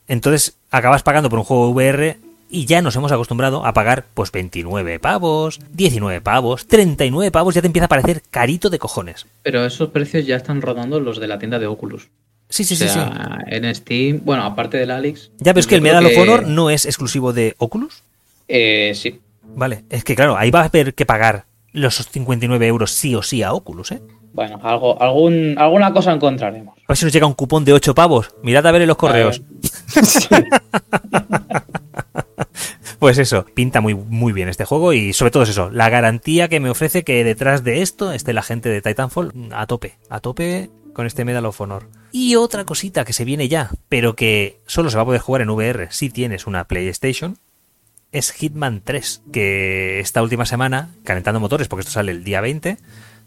Entonces acabas pagando por un juego VR y ya nos hemos acostumbrado a pagar pues 29 pavos, 19 pavos, 39 pavos, ya te empieza a parecer carito de cojones. Pero esos precios ya están rodando los de la tienda de Oculus. Sí, sí, o sí, sí. sea, en Steam, bueno, aparte del Alex. Ya ves yo que el creo Medal of Honor no es exclusivo de Oculus. eh, sí, Vale, es que claro, ahí vas a haber que pagar los 59 euros sí o sí a Oculus, ¿eh? bueno, algo, algún, alguna cosa encontraremos. A ver si nos llega un cupón de 8 pavos. Mirad a ver en los correos. Pues eso, pinta muy, muy bien este juego y sobre todo es eso, la garantía que me ofrece que detrás de esto esté la gente de Titanfall a tope, a tope con este Medal of Honor. Y otra cosita que se viene ya, pero que solo se va a poder jugar en VR si tienes una PlayStation, es Hitman 3, que esta última semana, calentando motores, porque esto sale el día 20,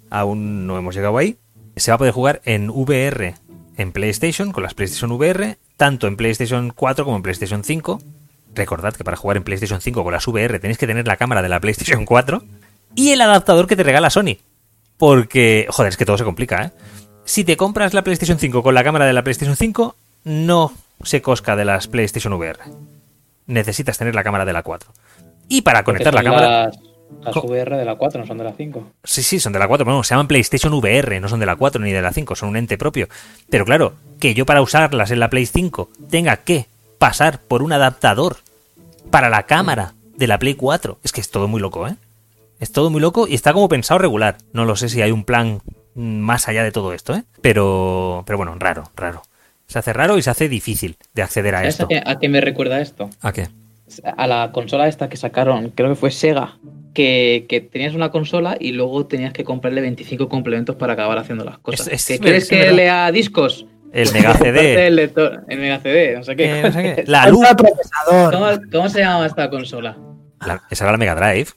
aún no hemos llegado ahí, se va a poder jugar en VR, en PlayStation, con las PlayStation VR, tanto en PlayStation 4 como en PlayStation 5. Recordad que para jugar en PlayStation 5 con las VR tenéis que tener la cámara de la PlayStation 4 y el adaptador que te regala Sony. Porque, joder, es que todo se complica, ¿eh? Si te compras la PlayStation 5 con la cámara de la PlayStation 5, no se cosca de las PlayStation VR. Necesitas tener la cámara de la 4. Y para conectar la Son cámara... Las, las Co- VR de la 4, no son de la 5. Sí, sí, son de la 4. Bueno, se llaman PlayStation VR, no son de la 4 ni de la 5, son un ente propio. Pero claro, que yo para usarlas en la Play 5 tenga que pasar por un adaptador para la cámara de la Play 4. Es que es todo muy loco, ¿eh? Es todo muy loco y está como pensado regular. No lo sé si hay un plan mm, más allá de todo esto, ¿eh? Pero, pero bueno, raro, raro. Se hace raro y se hace difícil de acceder a ¿Sabes esto. a qué, a qué me recuerda esto? ¿A qué? A la consola esta que sacaron, creo que fue Sega, que, que tenías una consola y luego tenías que comprarle 25 complementos para acabar haciendo las cosas. Es- es verdad, ¿Que ¿Quieres es que verdad. lea discos? El Mega Parte CD. del lector- el Mega CD, no sé qué. eh, no sé qué. La luz. Falta procesador. ¿Cómo, cómo se llamaba esta consola? la- esa era la Mega Drive.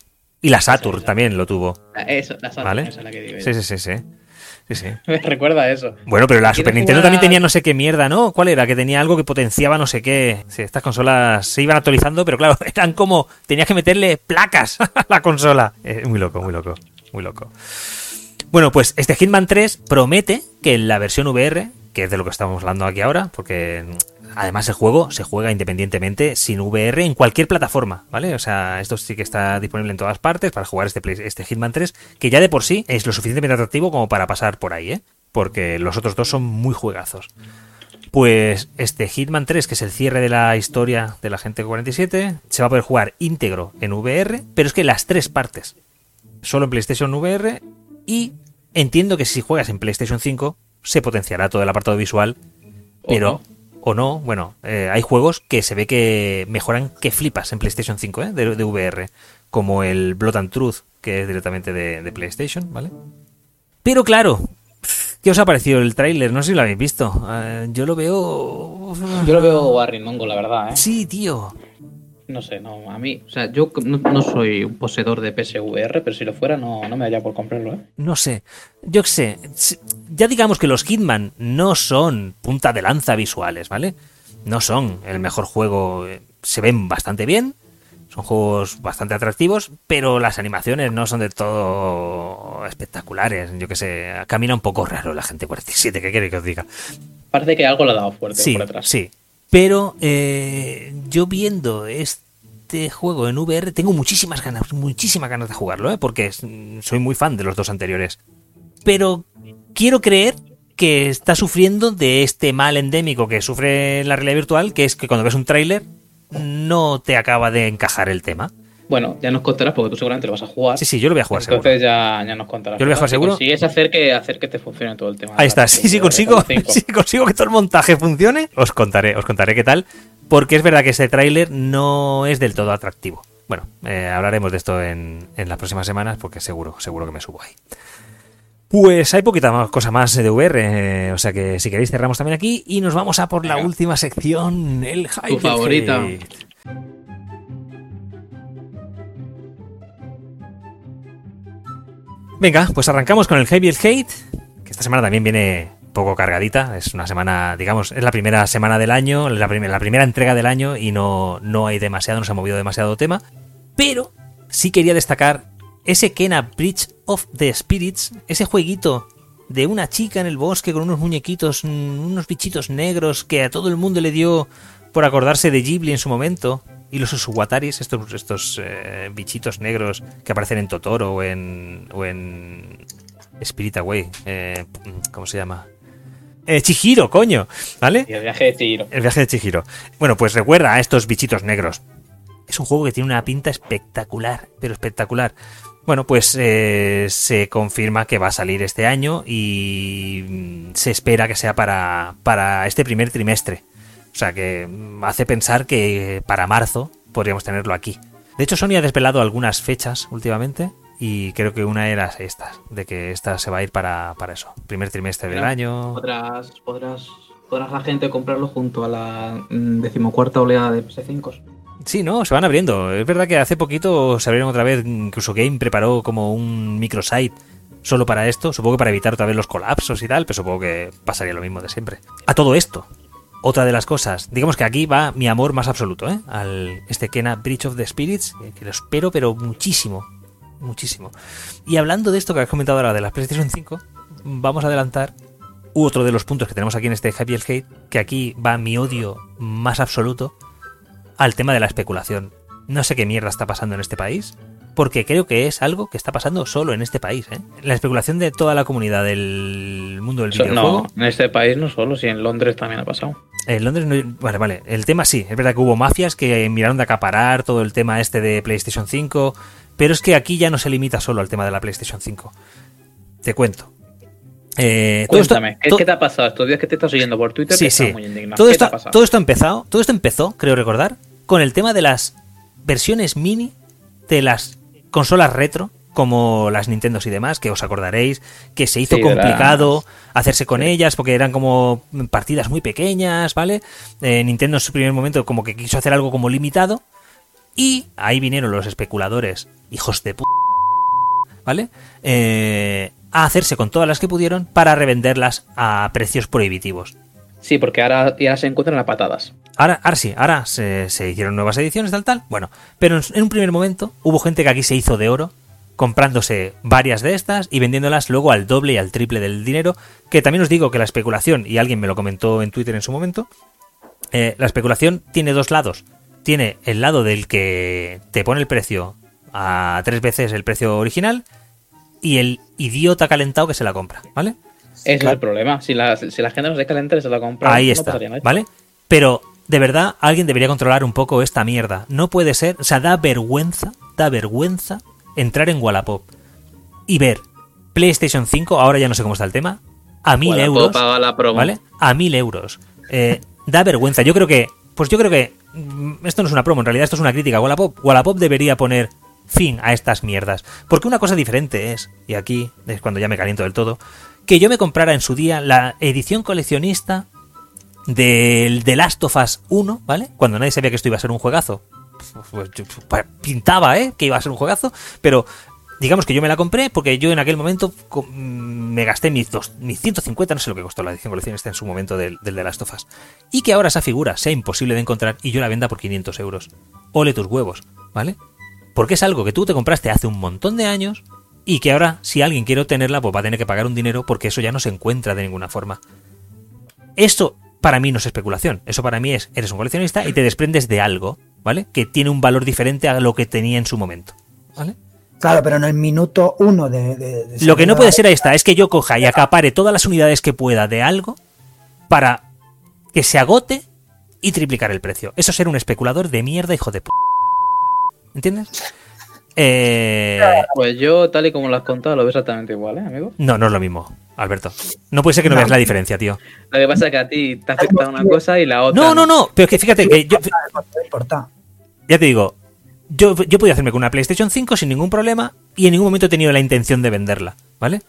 Y la Saturn sí. también lo tuvo. La- Eso, la Saturn, Vale. esa es la que digo. yo. Sí, sí, sí, sí. Sí, sí. Me recuerda a eso. Bueno, pero la Super ¿Quieres Nintendo jugar también a- tenía no sé qué mierda, ¿no? ¿Cuál era? Que tenía algo que potenciaba no sé qué. Sí, estas consolas se iban actualizando, pero claro, eran como. Tenías que meterle placas a la consola. Eh, muy loco, muy loco, muy loco. Bueno, pues este Hitman 3 promete que en la versión VR, que es de lo que estamos hablando aquí ahora, porque mm, además el juego se juega independientemente sin VR en cualquier plataforma, ¿vale? O sea, esto sí que está disponible en todas partes para jugar este, Play- este Hitman 3, que ya de por sí es lo suficientemente atractivo como para pasar por ahí, ¿eh? Porque los otros dos son muy juegazos. Pues este Hitman 3, que es el cierre de la historia de la gente 47, se va a poder jugar íntegro en VR, pero es que las tres partes solo en PlayStation VR y entiendo que si juegas en PlayStation 5 se potenciará todo el apartado visual, O pero no. o no, bueno, eh, hay juegos que se ve que mejoran que flipas en PlayStation 5 ¿eh? de, de VR, como el Blood and Truth, que es directamente de, de PlayStation, ¿vale? Pero claro, ¿qué os ha parecido el tráiler? No sé si lo habéis visto. Eh, yo lo veo... Yo lo veo guarrimongo, la verdad, ¿eh? Sí, tío. No sé, no, a mí. O sea, yo no, no soy un poseedor de PSVR, pero si lo fuera, no, no me daría por comprarlo, ¿eh? No sé. Yo qué sé. Si- Ya digamos que los Hitman no son punta de lanza visuales, ¿vale? No son el mejor juego. eh, Se ven bastante bien. Son juegos bastante atractivos, pero las animaciones no son de todo espectaculares. Yo qué sé, camina un poco raro la gente 47, ¿qué quiere que os diga? Parece que algo le ha dado fuerte Sí, por atrás. sí. Pero eh, yo viendo este juego en VR tengo muchísimas ganas, muchísimas ganas de jugarlo, ¿eh? porque soy muy fan de los dos anteriores. Pero quiero creer que está sufriendo de este mal endémico que sufre la realidad virtual, que es que cuando ves un tráiler no te acaba de encajar el tema. Bueno, ya nos contarás porque tú seguramente lo vas a jugar. Sí, sí, yo lo voy a jugar Entonces seguro. ya, ya nos contarás. Yo lo voy a jugar Si seguro. consigues hacer que, hacer que te funcione todo el tema. Ahí está, sí, sí consigo, Cinco. sí consigo que todo el montaje funcione, os contaré, os contaré qué tal, porque es verdad que este tráiler no es del todo atractivo. Bueno, eh, hablaremos de esto en, en las próximas semanas porque seguro, seguro que me subo ahí. Pues hay poquita más, cosa más de VR, eh, o sea que si queréis cerramos también aquí y nos vamos a por la Venga. última sección, el hype. del favorita. hate. Venga, pues arrancamos con el Heavy el Hate, que esta semana también viene poco cargadita, es una semana, digamos, es la primera semana del año, la, prim- la primera entrega del año y no, no hay demasiado, no se ha movido demasiado tema, pero sí quería destacar ese Kena Bridge of the Spirits, ese jueguito de una chica en el bosque con unos muñequitos, mm, unos bichitos negros que a todo el mundo le dio por acordarse de Ghibli en su momento. Y los Usuwataris, estos, estos eh, bichitos negros que aparecen en Totoro o en, o en Spirit Away. eh, ¿Cómo se llama? Eh, Chihiro, coño. ¿Vale? Y el viaje de Chihiro. El viaje de Chihiro. Bueno, pues recuerda a estos bichitos negros. Es un juego que tiene una pinta espectacular, pero espectacular. Bueno, pues eh, se confirma que va a salir este año y mm, se espera que sea para, para este primer trimestre. O sea que mm, hace pensar que para marzo podríamos tenerlo aquí. De hecho, Sony ha desvelado algunas fechas últimamente y creo que una era estas, de que esta se va a ir para, para eso, primer trimestre del Mira, año. Podrás, podrás, podrás la gente comprarlo junto a la mm, decimocuarta oleada de PS5. Sí, no, se van abriendo. Es verdad que hace poquito se abrieron otra vez, incluso Game preparó como un microsite solo para esto, supongo que para evitar otra vez los colapsos y tal, pero supongo que pasaría lo mismo de siempre. A todo esto, otra de las cosas, digamos que aquí va mi amor más absoluto, ¿eh? Al este Kena Bridge of the Spirits, que- que lo espero, pero muchísimo, muchísimo. Y hablando de esto que has comentado ahora de la PlayStation 5, vamos a adelantar otro de los puntos que tenemos aquí en este Happy El Hate, que aquí va mi odio más absoluto al tema de la especulación. No sé qué mierda está pasando en este país, porque creo que es algo que está pasando solo en este país. ¿eh? La especulación de toda la comunidad del mundo del Eso- videojuego. No, en este país no solo, si en Londres también ha pasado. En Eh, Londres no- Vale, vale. El tema sí. Es verdad que hubo mafias que eh, miraron de acaparar todo el tema este de PlayStation 5. Pero es que aquí ya no se limita solo al tema de la PlayStation 5. Te cuento. Eh, todo esto- Cuéntame, ¿qué, to- qué te ha pasado estos días que te estás oyendo por Twitter? Sí, que estás sí. muy indignado. todo ¿Qué esto, te ha pasado? todo esto ha empezado, todo esto empezó, creo recordar, con el tema de las versiones mini de las consolas retro, como las Nintendo y demás, que os acordaréis, que se hizo Sí, de las- complicado hacerse con Sí. ellas porque eran como partidas muy pequeñas, ¿vale? Eh, Nintendo en su primer momento como que quiso hacer algo como limitado y ahí vinieron los especuladores, hijos de p... ¿vale? Eh, a hacerse con todas las que pudieron para revenderlas a precios prohibitivos. Sí, porque ahora ya se encuentran a patadas. Ahora, ahora sí, ahora se, se hicieron nuevas ediciones, tal, tal. Bueno, pero en, en un primer momento hubo gente que aquí se hizo de oro, comprándose varias de estas y vendiéndolas luego al doble y al triple del dinero. Que también os digo que la especulación, y alguien me lo comentó en Twitter en su momento, eh, la especulación tiene dos lados. Tiene el lado del que te pone el precio a tres veces el precio original y el idiota calentado que se la compra, ¿vale? Ese es Claro. el problema. Si la, si la gente no se calenta, se la compra. Ahí no está, pasaría nada. ¿vale? Pero de verdad alguien debería controlar un poco esta mierda. No puede ser, o sea, da vergüenza, da vergüenza entrar en Wallapop y ver PlayStation 5, ahora ya no sé cómo está el tema, a mil Wallapop euros, haga la promo. ¿vale? A mil euros. Eh, da vergüenza. Yo creo que, pues yo creo que mm, esto no es una promo, en realidad esto es una crítica. a Wallapop, Wallapop debería poner fin a estas mierdas. Porque una cosa diferente es, y aquí es cuando ya me caliento del todo, que yo me comprara en su día la edición coleccionista del The Last of Us 1, ¿vale? Cuando nadie sabía que esto iba a ser un juegazo. Pues, yo- pa- pintaba, ¿eh? Que iba a ser un juegazo, pero digamos que yo me la compré porque yo en aquel momento co- mm, me gasté mis, dos, mis 150, no sé lo que costó la edición coleccionista en su momento del, del The Last of Us. Y que ahora esa figura sea imposible de encontrar y yo la venda por 500 euros. Ole tus huevos, ¿vale? Porque es algo que tú te compraste hace un montón de años y que ahora, si alguien quiere obtenerla, pues va a tener que pagar un dinero porque eso ya no se encuentra de ninguna forma. Eso para mí no es especulación. Eso para mí es, eres un coleccionista y te desprendes de algo, ¿vale? Que tiene un valor diferente a lo que tenía en su momento, ¿vale? Claro, pero en el minuto uno de... de, de lo que no puede ser ahí está, es que yo coja y acapare todas las unidades que pueda de algo para que se agote y triplicar el precio. Eso es ser un especulador de mierda, hijo de p... ¿Entiendes? Eh... Pues yo, tal y como lo has contado, lo veo exactamente igual, ¿eh, amigo? No, no es lo mismo, Alberto. No puede ser que no, no. veas la diferencia, tío. Lo que pasa es que a ti te afecta una cosa y la otra. No, no, no, pero es que fíjate que yo. Ya te digo, yo, yo podía hacerme con una PlayStation 5 sin ningún problema y en ningún momento he tenido la intención de venderla, ¿vale?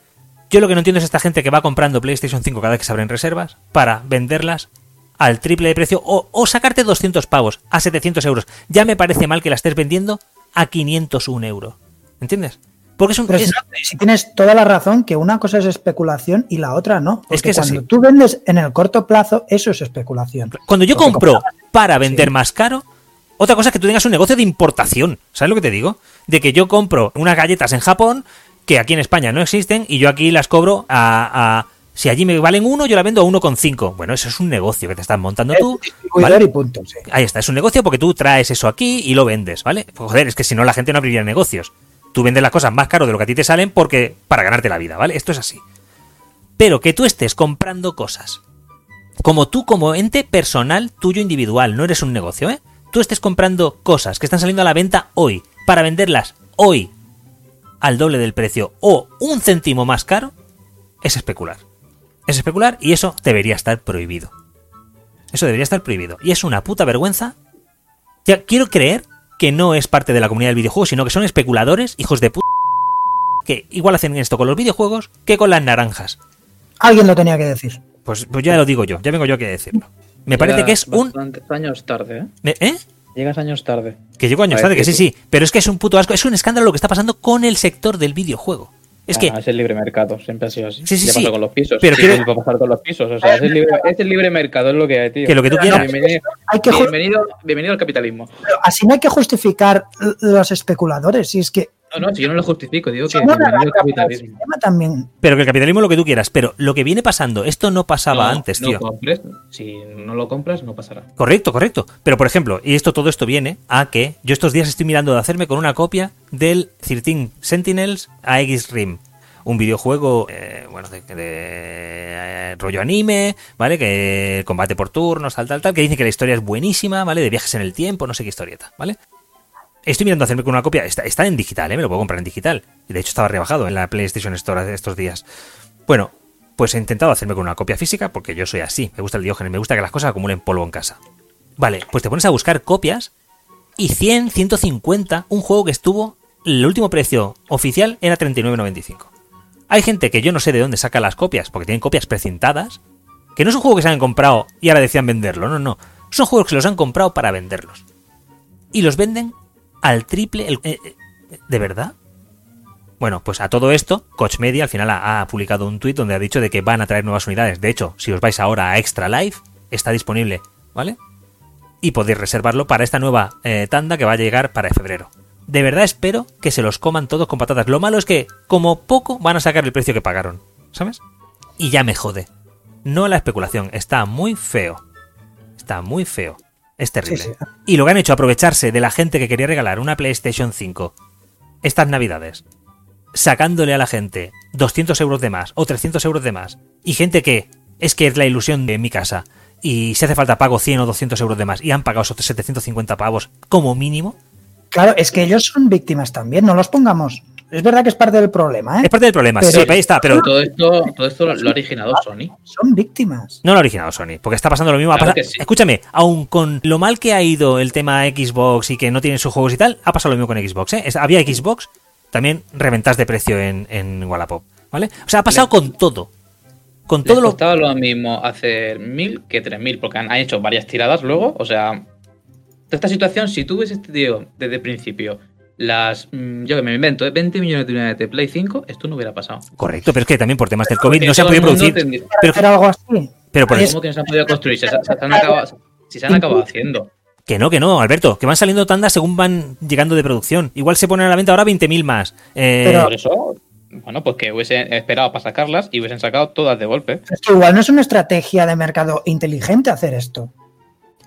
Yo lo que no entiendo es esta gente que va comprando PlayStation 5 cada vez que se abren reservas para venderlas al triple de precio o, o sacarte 200 pavos a 700 euros. Ya me parece mal que la estés vendiendo a 501 euros. ¿Entiendes? Porque es un. Pero es, si tienes toda la razón que una cosa es especulación y la otra no. Porque es que es cuando así. tú vendes en el corto plazo, eso es especulación. Cuando yo Porque compro compraba, para vender sí. más caro, otra cosa es que tú tengas un negocio de importación. ¿Sabes lo que te digo? De que yo compro unas galletas en Japón que aquí en España no existen y yo aquí las cobro a. a si allí me valen uno, yo la vendo a 1,5. Bueno, eso es un negocio que te estás montando tú. ¿vale? Y punto, sí. Ahí está, es un negocio porque tú traes eso aquí y lo vendes, ¿vale? Pues, joder, es que si no la gente no abriría negocios. Tú vendes las cosas más caro de lo que a ti te salen porque para ganarte la vida, ¿vale? Esto es así. Pero que tú estés comprando cosas. Como tú, como ente personal tuyo individual, no eres un negocio, ¿eh? Tú estés comprando cosas que están saliendo a la venta hoy, para venderlas hoy al doble del precio o un céntimo más caro, es especular es especular y eso debería estar prohibido. Eso debería estar prohibido. Y es una puta vergüenza. Ya quiero creer que no es parte de la comunidad del videojuego, sino que son especuladores, hijos de puta, que igual hacen esto con los videojuegos que con las naranjas. Alguien lo tenía que decir. Pues, pues ya lo digo yo, ya vengo yo a que decirlo. Me Llega parece que es un. años tarde, ¿eh? ¿Eh? Llegas años tarde. Que llego años ver, tarde, que, que sí, sí. Pero es que es un puto asco. Es un escándalo lo que está pasando con el sector del videojuego. Es, ah, que... es el libre mercado, siempre ha sido así. Sí, sí, ya sí. Pasó con los pisos. Pero sí, quiero... pasar con los pisos. O sea, es el, libre, es el, libre, mercado, es lo que hay, tío. Que lo que tú quieras. Bienvenido, hay que bienvenido, bienvenido, al capitalismo. Pero así no hay que justificar los especuladores. Si es que. No, no, si yo no lo justifico, digo que no bienvenido al capitalismo. También. Pero que el capitalismo es lo que tú quieras. Pero lo que viene pasando, esto no pasaba no, antes, no tío. Compres, si no lo compras, no pasará. Correcto, correcto. Pero por ejemplo, y esto todo esto viene a que yo estos días estoy mirando de hacerme con una copia del 13 Sentinels a X-Rim un videojuego eh, bueno de, de eh, rollo anime vale que combate por turnos tal tal tal que dicen que la historia es buenísima vale de viajes en el tiempo no sé qué historieta vale estoy mirando hacerme con una copia está, está en digital ¿eh? me lo puedo comprar en digital de hecho estaba rebajado en la PlayStation Store estos días bueno pues he intentado hacerme con una copia física porque yo soy así me gusta el diógenes me gusta que las cosas acumulen polvo en casa vale pues te pones a buscar copias y 100 150 un juego que estuvo el último precio oficial era 39.95 hay gente que yo no sé de dónde saca las copias, porque tienen copias precintadas, que no es un juego que se han comprado y ahora decían venderlo, no, no. Son juegos que los han comprado para venderlos. Y los venden al triple... El, eh, eh, ¿De verdad? Bueno, pues a todo esto, Coach Media al final ha, ha publicado un tuit donde ha dicho de que van a traer nuevas unidades. De hecho, si os vais ahora a Extra Life, está disponible, ¿vale? Y podéis reservarlo para esta nueva eh, tanda que va a llegar para febrero. De verdad espero que se los coman todos con patatas. Lo malo es que, como poco, van a sacar el precio que pagaron. ¿Sabes? Y ya me jode. No la especulación. Está muy feo. Está muy feo. Es terrible. Sí, sí. Y lo que han hecho, aprovecharse de la gente que quería regalar una PlayStation 5 estas navidades, sacándole a la gente 200 euros de más o 300 euros de más, y gente que es que es la ilusión de mi casa, y si hace falta pago 100 o 200 euros de más, y han pagado esos 750 pavos como mínimo, Claro, es que ellos son víctimas también, no los pongamos. Es verdad que es parte del problema, ¿eh? Es parte del problema, pero, sí, ahí está, pero... Todo esto, todo esto lo, lo, ha originado Sony. Son víctimas. No lo ha originado Sony, porque está pasando lo mismo. Claro pasa... sí. Escúchame, aun con lo mal que ha ido el tema Xbox y que no tienen sus juegos y tal, ha pasado lo mismo con Xbox, ¿eh? Había Xbox, también reventas de precio en, en Wallapop, ¿vale? O sea, ha pasado les, con todo. Con todo les lo... costaba lo mismo hacer mil que tres mil, porque han, han hecho varias tiradas luego, o sea, esta situación, si tú ves este tío desde el principio, las. mm, Yo que me invento, 20 millones de unidades de Play 5, esto no hubiera pasado. Correcto, pero es que también por temas del COVID pero no se ha podido producir. Pues- Tendría... Pero, pero, algo así. Pero por eso. ¿Cómo que no se han podido construir? Se, se, se han acabado, si se han acabado haciendo. Que no, que no, Alberto, que van saliendo tandas según van llegando de producción. Igual se ponen a la venta ahora 20.000 más. Eh... Pero por eso, Bueno, pues que hubiesen esperado para sacarlas y hubiesen sacado todas de golpe. Es que igual no es una estrategia de mercado inteligente hacer esto.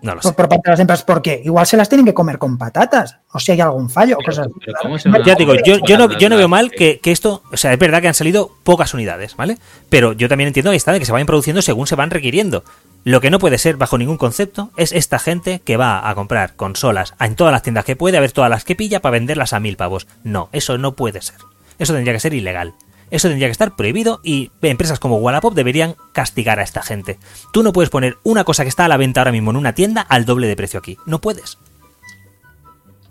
No lo Pues Por, sé. por parte de las empresas, porque igual se las tienen que comer con patatas, o si hay algún fallo, o cosas. pero ¿cómo se van a- Ya te digo, yo, yo no, yo no veo mal Sí. que, que esto, o sea, es verdad que han salido pocas unidades, ¿vale? Pero yo también entiendo que está de que se vayan produciendo según se van requiriendo. Lo que no puede ser, bajo ningún concepto, es esta gente que va a comprar consolas en todas las tiendas que puede, a ver todas las que pilla para venderlas a mil pavos. No, eso no puede ser. Eso tendría que ser ilegal. Eso tendría que estar prohibido y empresas como Wallapop deberían castigar a esta gente. Tú no puedes poner una cosa que está a la venta ahora mismo en una tienda al doble de precio aquí. No puedes.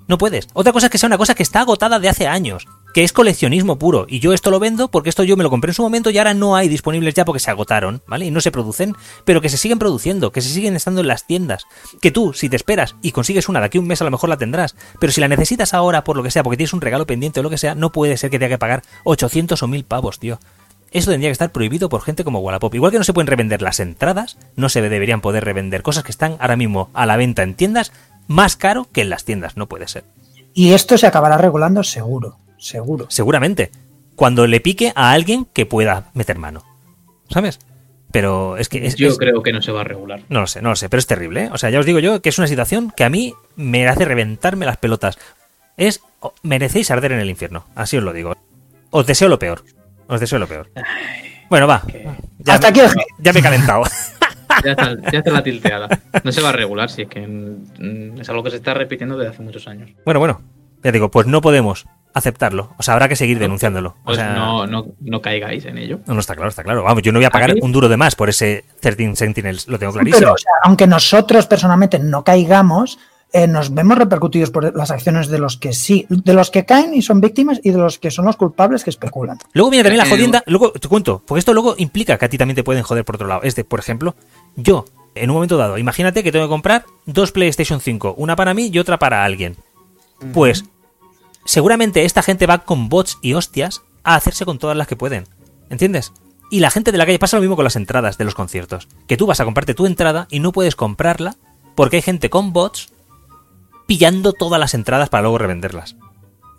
No puedes. Otra cosa es que sea una cosa que está agotada de hace años, que es coleccionismo puro. Y yo esto lo vendo porque esto yo me lo compré en su momento y ahora no hay disponibles ya porque se agotaron, ¿vale? Y no se producen, pero que se siguen produciendo, que se siguen estando en las tiendas. Que tú, si te esperas y consigues una, de aquí a un mes a lo mejor la tendrás. Pero si la necesitas ahora por lo que sea, porque tienes un regalo pendiente o lo que sea, no puede ser que tenga que pagar 800 o 1000 pavos, tío. Eso tendría que estar prohibido por gente como Wallapop. Igual que no se pueden revender las entradas, no se deberían poder revender cosas que están ahora mismo a la venta en tiendas más caro que en las tiendas. No puede ser. Y esto se acabará regulando seguro, seguro. Seguramente. Cuando le pique a alguien que pueda meter mano. ¿Sabes? Pero es que es, yo es- creo que no se va a regular. no lo sé, no lo sé, pero es terrible, ¿eh? O sea, ya os digo yo que es una situación que a mí me hace reventarme las pelotas. Es o- merecéis arder en el infierno, así os lo digo. Os deseo lo peor. Os deseo lo peor. Bueno, va. Ya Hasta me- aquí el- ya me he calentado. Ya está, ya está la tilteada. No se va a regular, si es que mm, es algo que se está repitiendo desde hace muchos años. bueno, bueno. Ya digo, pues no podemos aceptarlo. O sea, habrá que seguir denunciándolo. O Pues sea, no, no, no caigáis en ello. No, no, está claro, está claro. Vamos, yo no voy a pagar Aquí- un duro de más por ese 13 Sentinels, lo tengo clarísimo. Pero, o sea, aunque nosotros personalmente no caigamos, eh, nos vemos repercutidos por las acciones de los que sí, de los que caen y son víctimas y de los que son los culpables que especulan. Luego viene también la Eh, jodienda. Luego te cuento, porque esto luego implica que a ti también te pueden joder por otro lado. Es de, por ejemplo, yo, en un momento dado, imagínate que tengo que comprar dos PlayStation 5, una para mí y otra para alguien. Pues, seguramente esta gente va con bots y hostias a hacerse con todas las que pueden. ¿Entiendes? Y la gente de la calle pasa lo mismo con las entradas de los conciertos. Que tú vas a comprarte tu entrada y no puedes comprarla porque hay gente con bots pillando todas las entradas para luego revenderlas.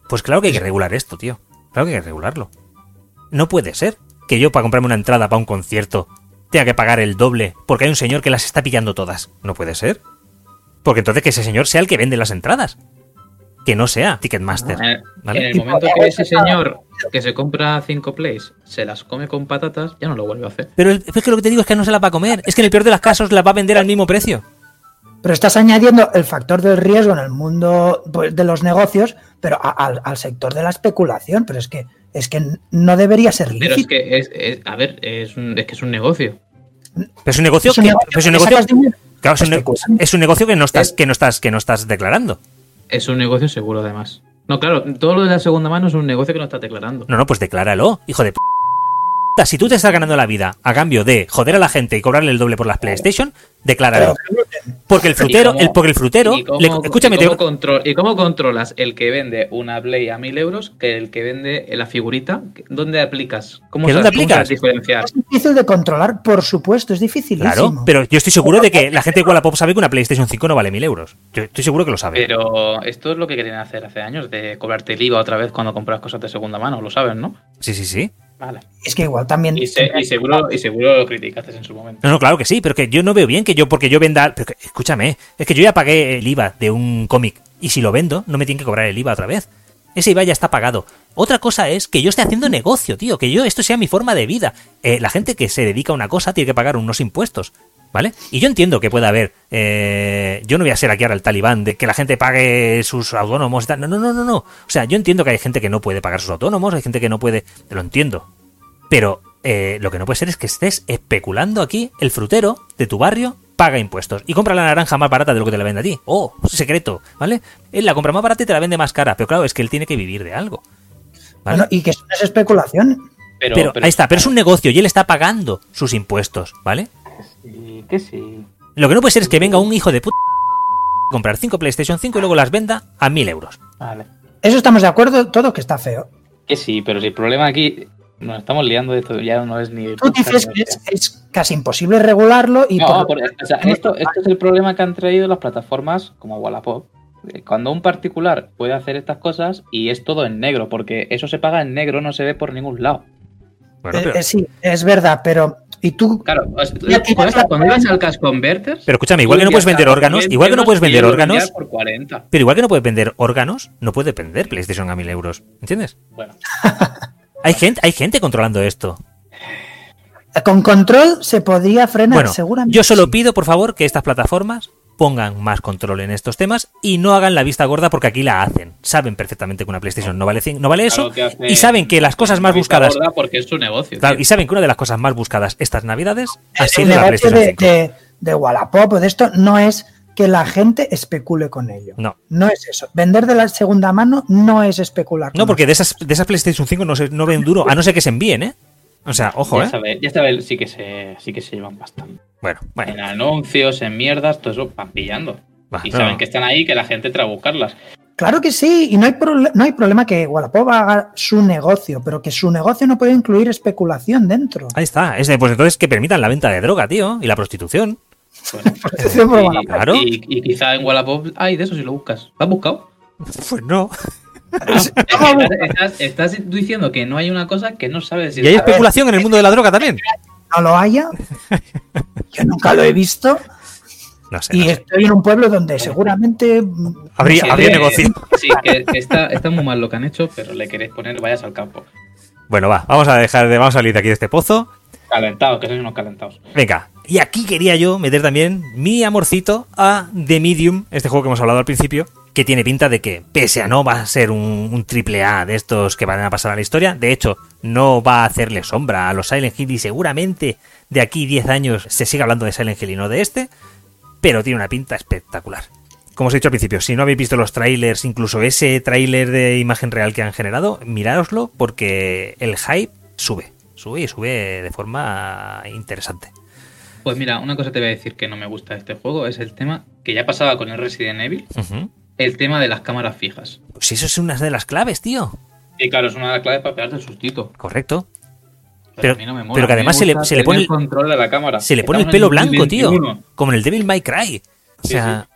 Pues claro que hay que regular esto, tío. Claro que hay que regularlo. No puede ser que yo para comprarme una entrada para un concierto tenga que pagar el doble porque hay un señor que las está pillando todas. No puede ser. Porque entonces que ese señor sea el que vende las entradas. Que no sea Ticketmaster. En, ¿vale? en el momento que ese señor que se compra cinco plays se las come con patatas, ya no lo vuelve a hacer. Pero el- es que lo que te digo es que no se las va a comer. Es que en el peor de los casos las va a vender al mismo precio. Pero estás añadiendo el factor del riesgo en el mundo pues, de los negocios, pero a- al, al sector de la especulación. Pero es que es que no debería ser lícito. Pero es que es, es- a ver, es, un- es que es un negocio. Pero es un negocio Es un pues. que- negocio pero es un que negocio- sacas dinero. claro, es un ne- especulando. es un negocio que no estás, que no estás, que no estás declarando. Es un negocio seguro, además. No, claro, todo lo de la segunda mano es un negocio que no está declarando. No, no, pues decláralo, hijo de p***. Si tú te estás ganando la vida a cambio de joder a la gente y cobrarle el doble por las PlayStation, decláralo. Porque el frutero, cómo- el, porque el frutero, ¿Y cómo, le- escúchame, y cómo te- contro- ¿Y cómo controlas el que vende una Play a 1000 euros que el que vende la figurita? ¿Dónde aplicas? ¿Cómo ¿Que sabes- dónde cómo aplicas? sabes diferenciar? Es difícil de controlar, por supuesto, es dificilísimo. claro, pero yo estoy seguro de que la gente de Wallapop sabe que una PlayStation 5 no vale mil euros. Yo estoy seguro que lo sabe. Eh. Pero esto es lo que querían hacer hace años, de cobrarte el IVA otra vez cuando compras cosas de segunda mano, lo sabes, ¿no? Sí, sí, sí. Vale. Es que igual también. Y, este se- y seguro, y seguro lo criticaste en su momento. No, no, claro que sí, pero que yo no veo bien que yo, porque yo venda. pero que- escúchame, es que yo ya pagué el IVA de un cómic y si lo vendo, no me tienen que cobrar el IVA otra vez. Ese IVA ya está pagado. Otra cosa es que yo esté haciendo negocio, tío, que yo esto sea mi forma de vida. Eh, la gente que se dedica a una cosa tiene que pagar unos impuestos, ¿vale? Y yo entiendo que pueda haber. eh, yo no voy a ser aquí ahora el talibán de que la gente pague sus autónomos y tal. No, no, no, no, no. O sea, yo entiendo que hay gente que no puede pagar sus autónomos, hay gente que no puede. Lo entiendo. Pero eh, lo que no puede ser es que estés especulando aquí, el frutero de tu barrio paga impuestos y compra la naranja más barata de lo que te la vende a ti. Oh, secreto, ¿vale? Él la compra más barata y te la vende más cara, pero claro, es que él tiene que vivir de algo. ¿vale? bueno, y que eso es especulación. Pero, pero, ahí está, pero es un negocio y él está pagando sus impuestos, ¿vale? Sí, que sí. Lo que no puede ser es que venga un hijo de puta a comprar 5 PlayStation 5 y luego las venda a 1000 euros. Vale. Eso estamos de acuerdo, todo que está feo. Que sí, pero si el problema aquí. Nos estamos liando de esto, ya no es ni. Tú dices que es, es casi imposible regularlo y No, por- por- o sea, esto, esto es el problema que han traído las plataformas como Wallapop. cuando un particular puede hacer estas cosas y es todo en negro, porque eso se paga en negro, no se ve por ningún lado. Bueno, pero... eh, sí, es verdad, pero y tú. Claro, ya tú ibas, cuando ibas al Cash Converters. Pero escúchame, igual que no puedes vender órganos, igual que no puedes vender órganos. Por 40. Pero igual que no puedes vender órganos, no puedes vender PlayStation a 1000 euros. ¿Entiendes? Bueno. hay, gente, hay gente controlando esto. Con control se podría frenar, bueno, seguramente. Yo solo pido, por favor, que estas plataformas pongan más control en estos temas y no hagan la vista gorda porque aquí la hacen. Saben perfectamente que una PlayStation no vale, no vale eso claro y saben que las cosas más buscadas porque es su negocio. Claro, y saben que una de las cosas más buscadas estas Navidades ha sido Eh, el la PlayStation de, de, de, Wallapop o de esto no es que la gente especule con ello. No. No es eso. Vender de la segunda mano no es especular. no, porque de esas, de esas PlayStation 5 no, se, no ven duro, a no ser que se envíen, ¿eh? O sea, ojo, ya ¿eh? Sabe, ya sabes, sí que se, sí que se llevan bastante. Bueno, bueno. En anuncios, en mierdas, todo eso van pillando. Ah, Bah, y no. saben que están ahí, que la gente entra a buscarlas. Claro que sí, y no hay, no hay problema que Wallapop haga su negocio, pero que su negocio no puede incluir especulación dentro. Ahí está, es de, pues entonces que permitan la venta de droga, tío, y la prostitución. Bueno, y, y, claro. y, y, quizá en Wallapop hay de eso si lo buscas. ¿Lo has buscado? Pues no. No, estás, estás, diciendo que no hay una cosa que no sabes. Si y hay especulación ver, en el mundo de la droga también. No lo haya. Yo nunca lo he visto. No sé, y no estoy sé. en un pueblo donde seguramente. Habría, sí, habría negocio. Sí, que está, está, muy mal lo que han hecho, pero le queréis poner vayas al campo. Bueno, va, vamos a dejar de, vamos a salir de aquí de este pozo. Calentados, que sois unos calentados. Venga, y aquí quería yo meter también mi amorcito a The Medium, este juego que hemos hablado al principio, que tiene pinta de que, pese a no va a ser un, un, triple A de estos que van a pasar a la historia, de hecho, no va a hacerle sombra a los Silent Hill y seguramente de aquí 10 años se siga hablando de Silent Hill y no de este, pero tiene una pinta espectacular. Como os he dicho al principio, si no habéis visto los trailers, incluso ese trailer de imagen real que han generado, mirároslo porque el hype sube, sube y sube de forma interesante. Pues mira, una cosa te voy a decir que no me gusta de este juego es el tema que ya pasaba con el Resident Evil, uh -huh. el tema de las cámaras fijas. Pues eso es una de las claves, tío. Sí, claro, es una de las claves para pegarte el sustito. Correcto. Pero, pero, a mí no me mola. pero que además se le, se le, pone el control de la cámara. Se le pone Estamos el pelo blanco, 21. tío. Como en el Devil May Cry. O sea.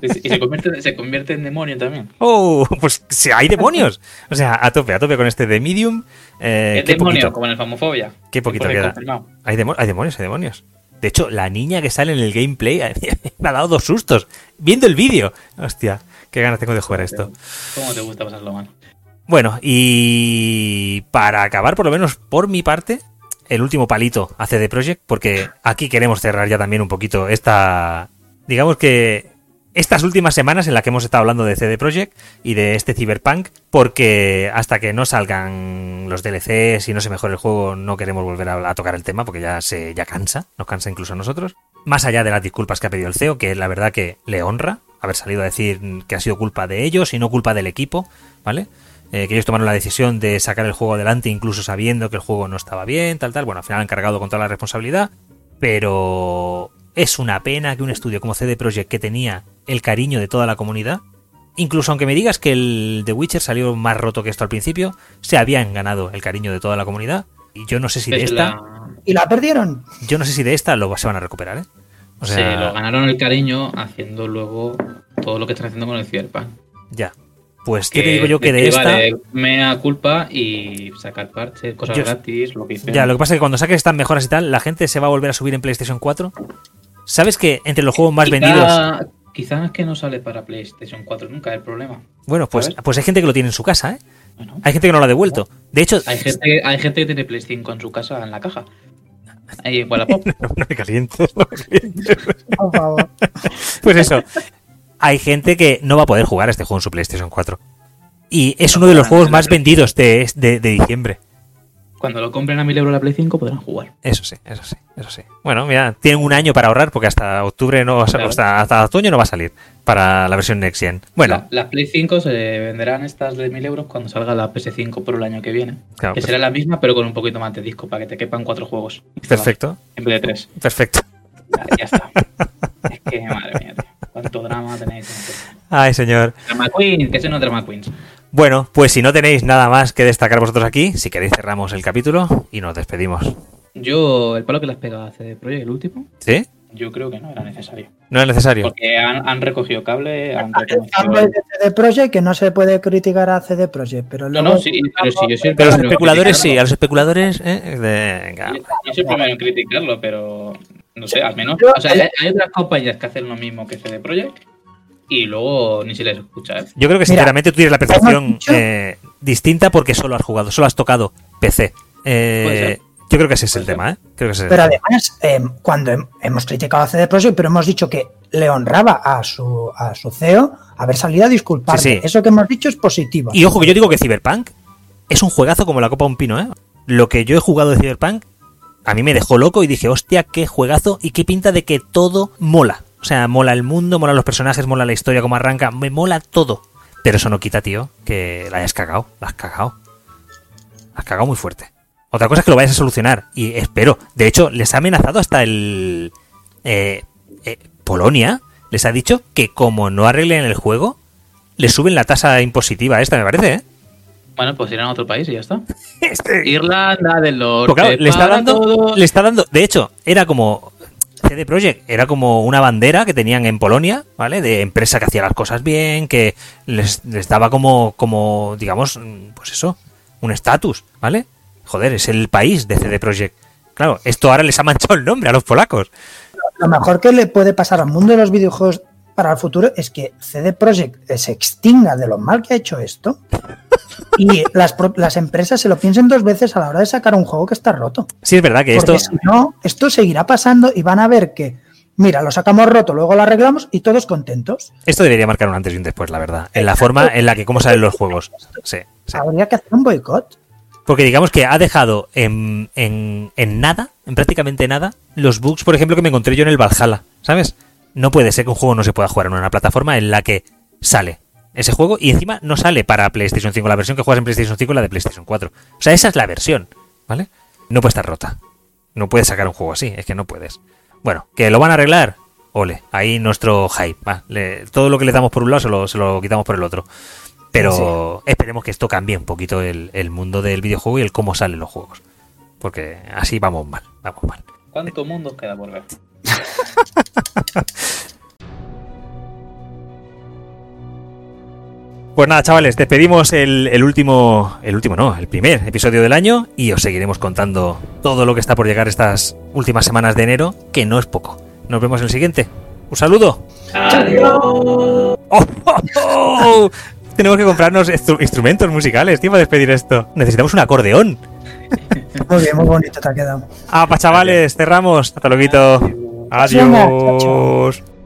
Sí, sí. y se convierte, se convierte en demonio también. Oh, pues si hay demonios. O sea, a tope, a tope con este de Medium. Eh, es demonio, poquito. como en el Famofobia. Qué poquito queda. Hay, demo hay, demonios, hay demonios. De hecho, la niña que sale en el gameplay me ha dado dos sustos viendo el vídeo. Hostia, qué ganas tengo de jugar a esto. ¿Cómo te gusta pasarlo mal? Bueno, y para acabar, por lo menos por mi parte, el último palito hace de Project, porque aquí queremos cerrar ya también un poquito esta. Digamos que estas últimas semanas en las que hemos estado hablando de CD Projekt y de este Cyberpunk, porque hasta que no salgan los DLCs y no se mejore el juego, no queremos volver a, tocar el tema porque ya se ya cansa, nos cansa incluso a nosotros. Más allá de las disculpas que ha pedido el CEO, que la verdad que le honra haber salido a decir que ha sido culpa de ellos y no culpa del equipo, ¿vale? Eh, que ellos tomaron la decisión de sacar el juego adelante incluso sabiendo que el juego no estaba bien, tal, tal. Bueno, al final han cargado con toda la responsabilidad, pero es una pena que un estudio como CD Projekt que tenía el cariño de toda la comunidad, incluso aunque me digas que el The Witcher salió más roto que esto al principio, se habían ganado el cariño de toda la comunidad y yo no sé si de es esta la... y la perdieron. Yo no sé si de esta lo se van a recuperar, ¿eh? O sea, se lo ganaron el cariño haciendo luego todo lo que están haciendo con el Cyberpunk. Ya. Pues que, te digo yo que de, de esta. Vale, mea culpa y sacar parches, cosas yo... gratis, lo que hice. Ya, lo que pasa es que cuando saques estas mejoras y tal, la gente se va a volver a subir en PlayStation 4 ¿Sabes que entre los juegos más quizá, vendidos. Quizás es que no sale para PlayStation 4 nunca el problema. Bueno, pues, pues hay gente que lo tiene en su casa, ¿eh? Bueno, hay gente que no lo ha devuelto. De hecho. Hay gente, hay gente que tiene PlayStation 5 en su casa, en la caja. Ahí en Wallapop. no, no, me calientes, no me calientes. Por favor. Pues eso. Hay gente que no va a poder jugar a este juego en su PlayStation 4. Y es uno de los juegos más vendidos de, de, de diciembre cuando lo compren a 1000 euros la Play 5 podrán jugar. Eso sí, eso sí, eso sí. Bueno, mira, tienen un año para ahorrar porque hasta octubre no claro. hasta, hasta, otoño no va a salir para la versión Next Gen. Bueno. las la Play 5 se venderán estas de 1000 euros cuando salga la PS5 por el año que viene. Claro, pues que perfecto. será la misma pero con un poquito más de disco para que te quepan cuatro juegos. Perfecto. En vez de tres. Perfecto. Ya, ya está. es que madre mía, tío. cuánto drama tenéis. En Ay, señor. Drama Queen, que son los Drama Queens. Bueno, pues si no tenéis nada más que destacar vosotros aquí, si queréis cerramos el capítulo y nos despedimos. Yo, el palo que las pega hace de Project, el último. ¿Sí? Yo creo que no era necesario. No es necesario. Porque han, han recogido cable, han Cambio de CD Projekt que no se puede criticar a CD Projekt, pero No, luego no, sí, Pues, pero sí, yo soy el Pero a los primero en especuladores sí, criticarlo. a los especuladores. eh, venga. Yo soy el primero en criticarlo, pero no sé, al menos. Yo- O sea, hay, hay otras compañías que hacen lo mismo que CD Projekt y luego ni se les escucha, ¿eh? Yo creo que Mira, sinceramente tú tienes la percepción dicho- eh, distinta porque solo has jugado, solo has tocado PC. Eh, Puede ser. yo creo que ese es el Puede tema, ¿eh? Creo que ese es el Pero tema. además, eh, cuando hem- hemos criticado a CD Projekt, pero hemos dicho que le honraba a su, a su CEO haber salido a disculparse. Sí, sí. Eso que hemos dicho es positivo. Y ojo que yo digo que Cyberpunk es un juegazo como la copa de un pino, ¿eh? Lo que yo he jugado de Cyberpunk a mí me dejó loco y dije, hostia, qué juegazo y qué pinta de que todo mola. O sea, mola el mundo, mola los personajes, mola la historia, como arranca, me mola todo. Pero eso no quita, tío, que la hayas cagado, la has cagado. La has cagado muy fuerte. Otra cosa es que lo vayas a solucionar y espero. De hecho, les ha amenazado hasta el... eh, eh, Polonia les ha dicho que como no arreglen el juego, le suben la tasa impositiva esta, me parece, ¿eh? Bueno, pues irán a otro país y ya está. Este- Irlanda del Norte. Pues claro, le está para dando, todos. le está dando. De hecho, era como CD Projekt, era como una bandera que tenían en Polonia, ¿vale? De empresa que hacía las cosas bien, que les, les daba como, como, digamos, mm, pues eso, un estatus, ¿vale? Joder, es el país de CD Projekt. Claro, esto ahora les ha manchado el nombre a los polacos. Lo mejor que le puede pasar al mundo de los videojuegos para el futuro es que CD Projekt eh, se extinga de lo mal que ha hecho esto y las, pro- las empresas se lo piensen dos veces a la hora de sacar un juego que está roto. Sí, es verdad que esto. Porque si no, esto seguirá pasando y van a ver que, mira, lo sacamos roto, luego lo arreglamos y todos contentos. Esto debería marcar un antes y un después, la verdad. En la forma en la que cómo salen los juegos. Sí, sí. Habría que hacer un boicot. Porque digamos que ha dejado en, en- en nada, en prácticamente nada, los bugs, por ejemplo, que me encontré yo en el Valhalla, ¿sabes? No puede ser que un juego no se pueda jugar en una plataforma en la que sale ese juego y encima no sale para PlayStation 5, la versión que juegas en PlayStation 5 es la de PlayStation 4. O sea, esa es la versión, ¿vale? No puede estar rota. No puedes sacar un juego así, es que no puedes. Bueno, que lo van a arreglar. Ole, ahí nuestro hype. va, le- todo lo que le damos por un lado se lo, se lo quitamos por el otro. Pero esperemos que esto cambie un poquito el, el mundo del videojuego y el cómo salen los juegos. Porque así vamos mal, vamos mal. ¿Cuánto mundo queda por ver? Pues nada, chavales, despedimos el, el último, el último no, el primer episodio del año y os seguiremos contando todo lo que está por llegar estas últimas semanas de enero, que no es poco. Nos vemos en el siguiente. Un saludo. ¡Oh, oh, oh! Tenemos que comprarnos estru- instrumentos musicales, tío, para despedir esto. Necesitamos un acordeón. Muy bien, muy bonito te ha quedado. Ah, pa chavales, cerramos. Hasta luego. Nos vemos, Adiós.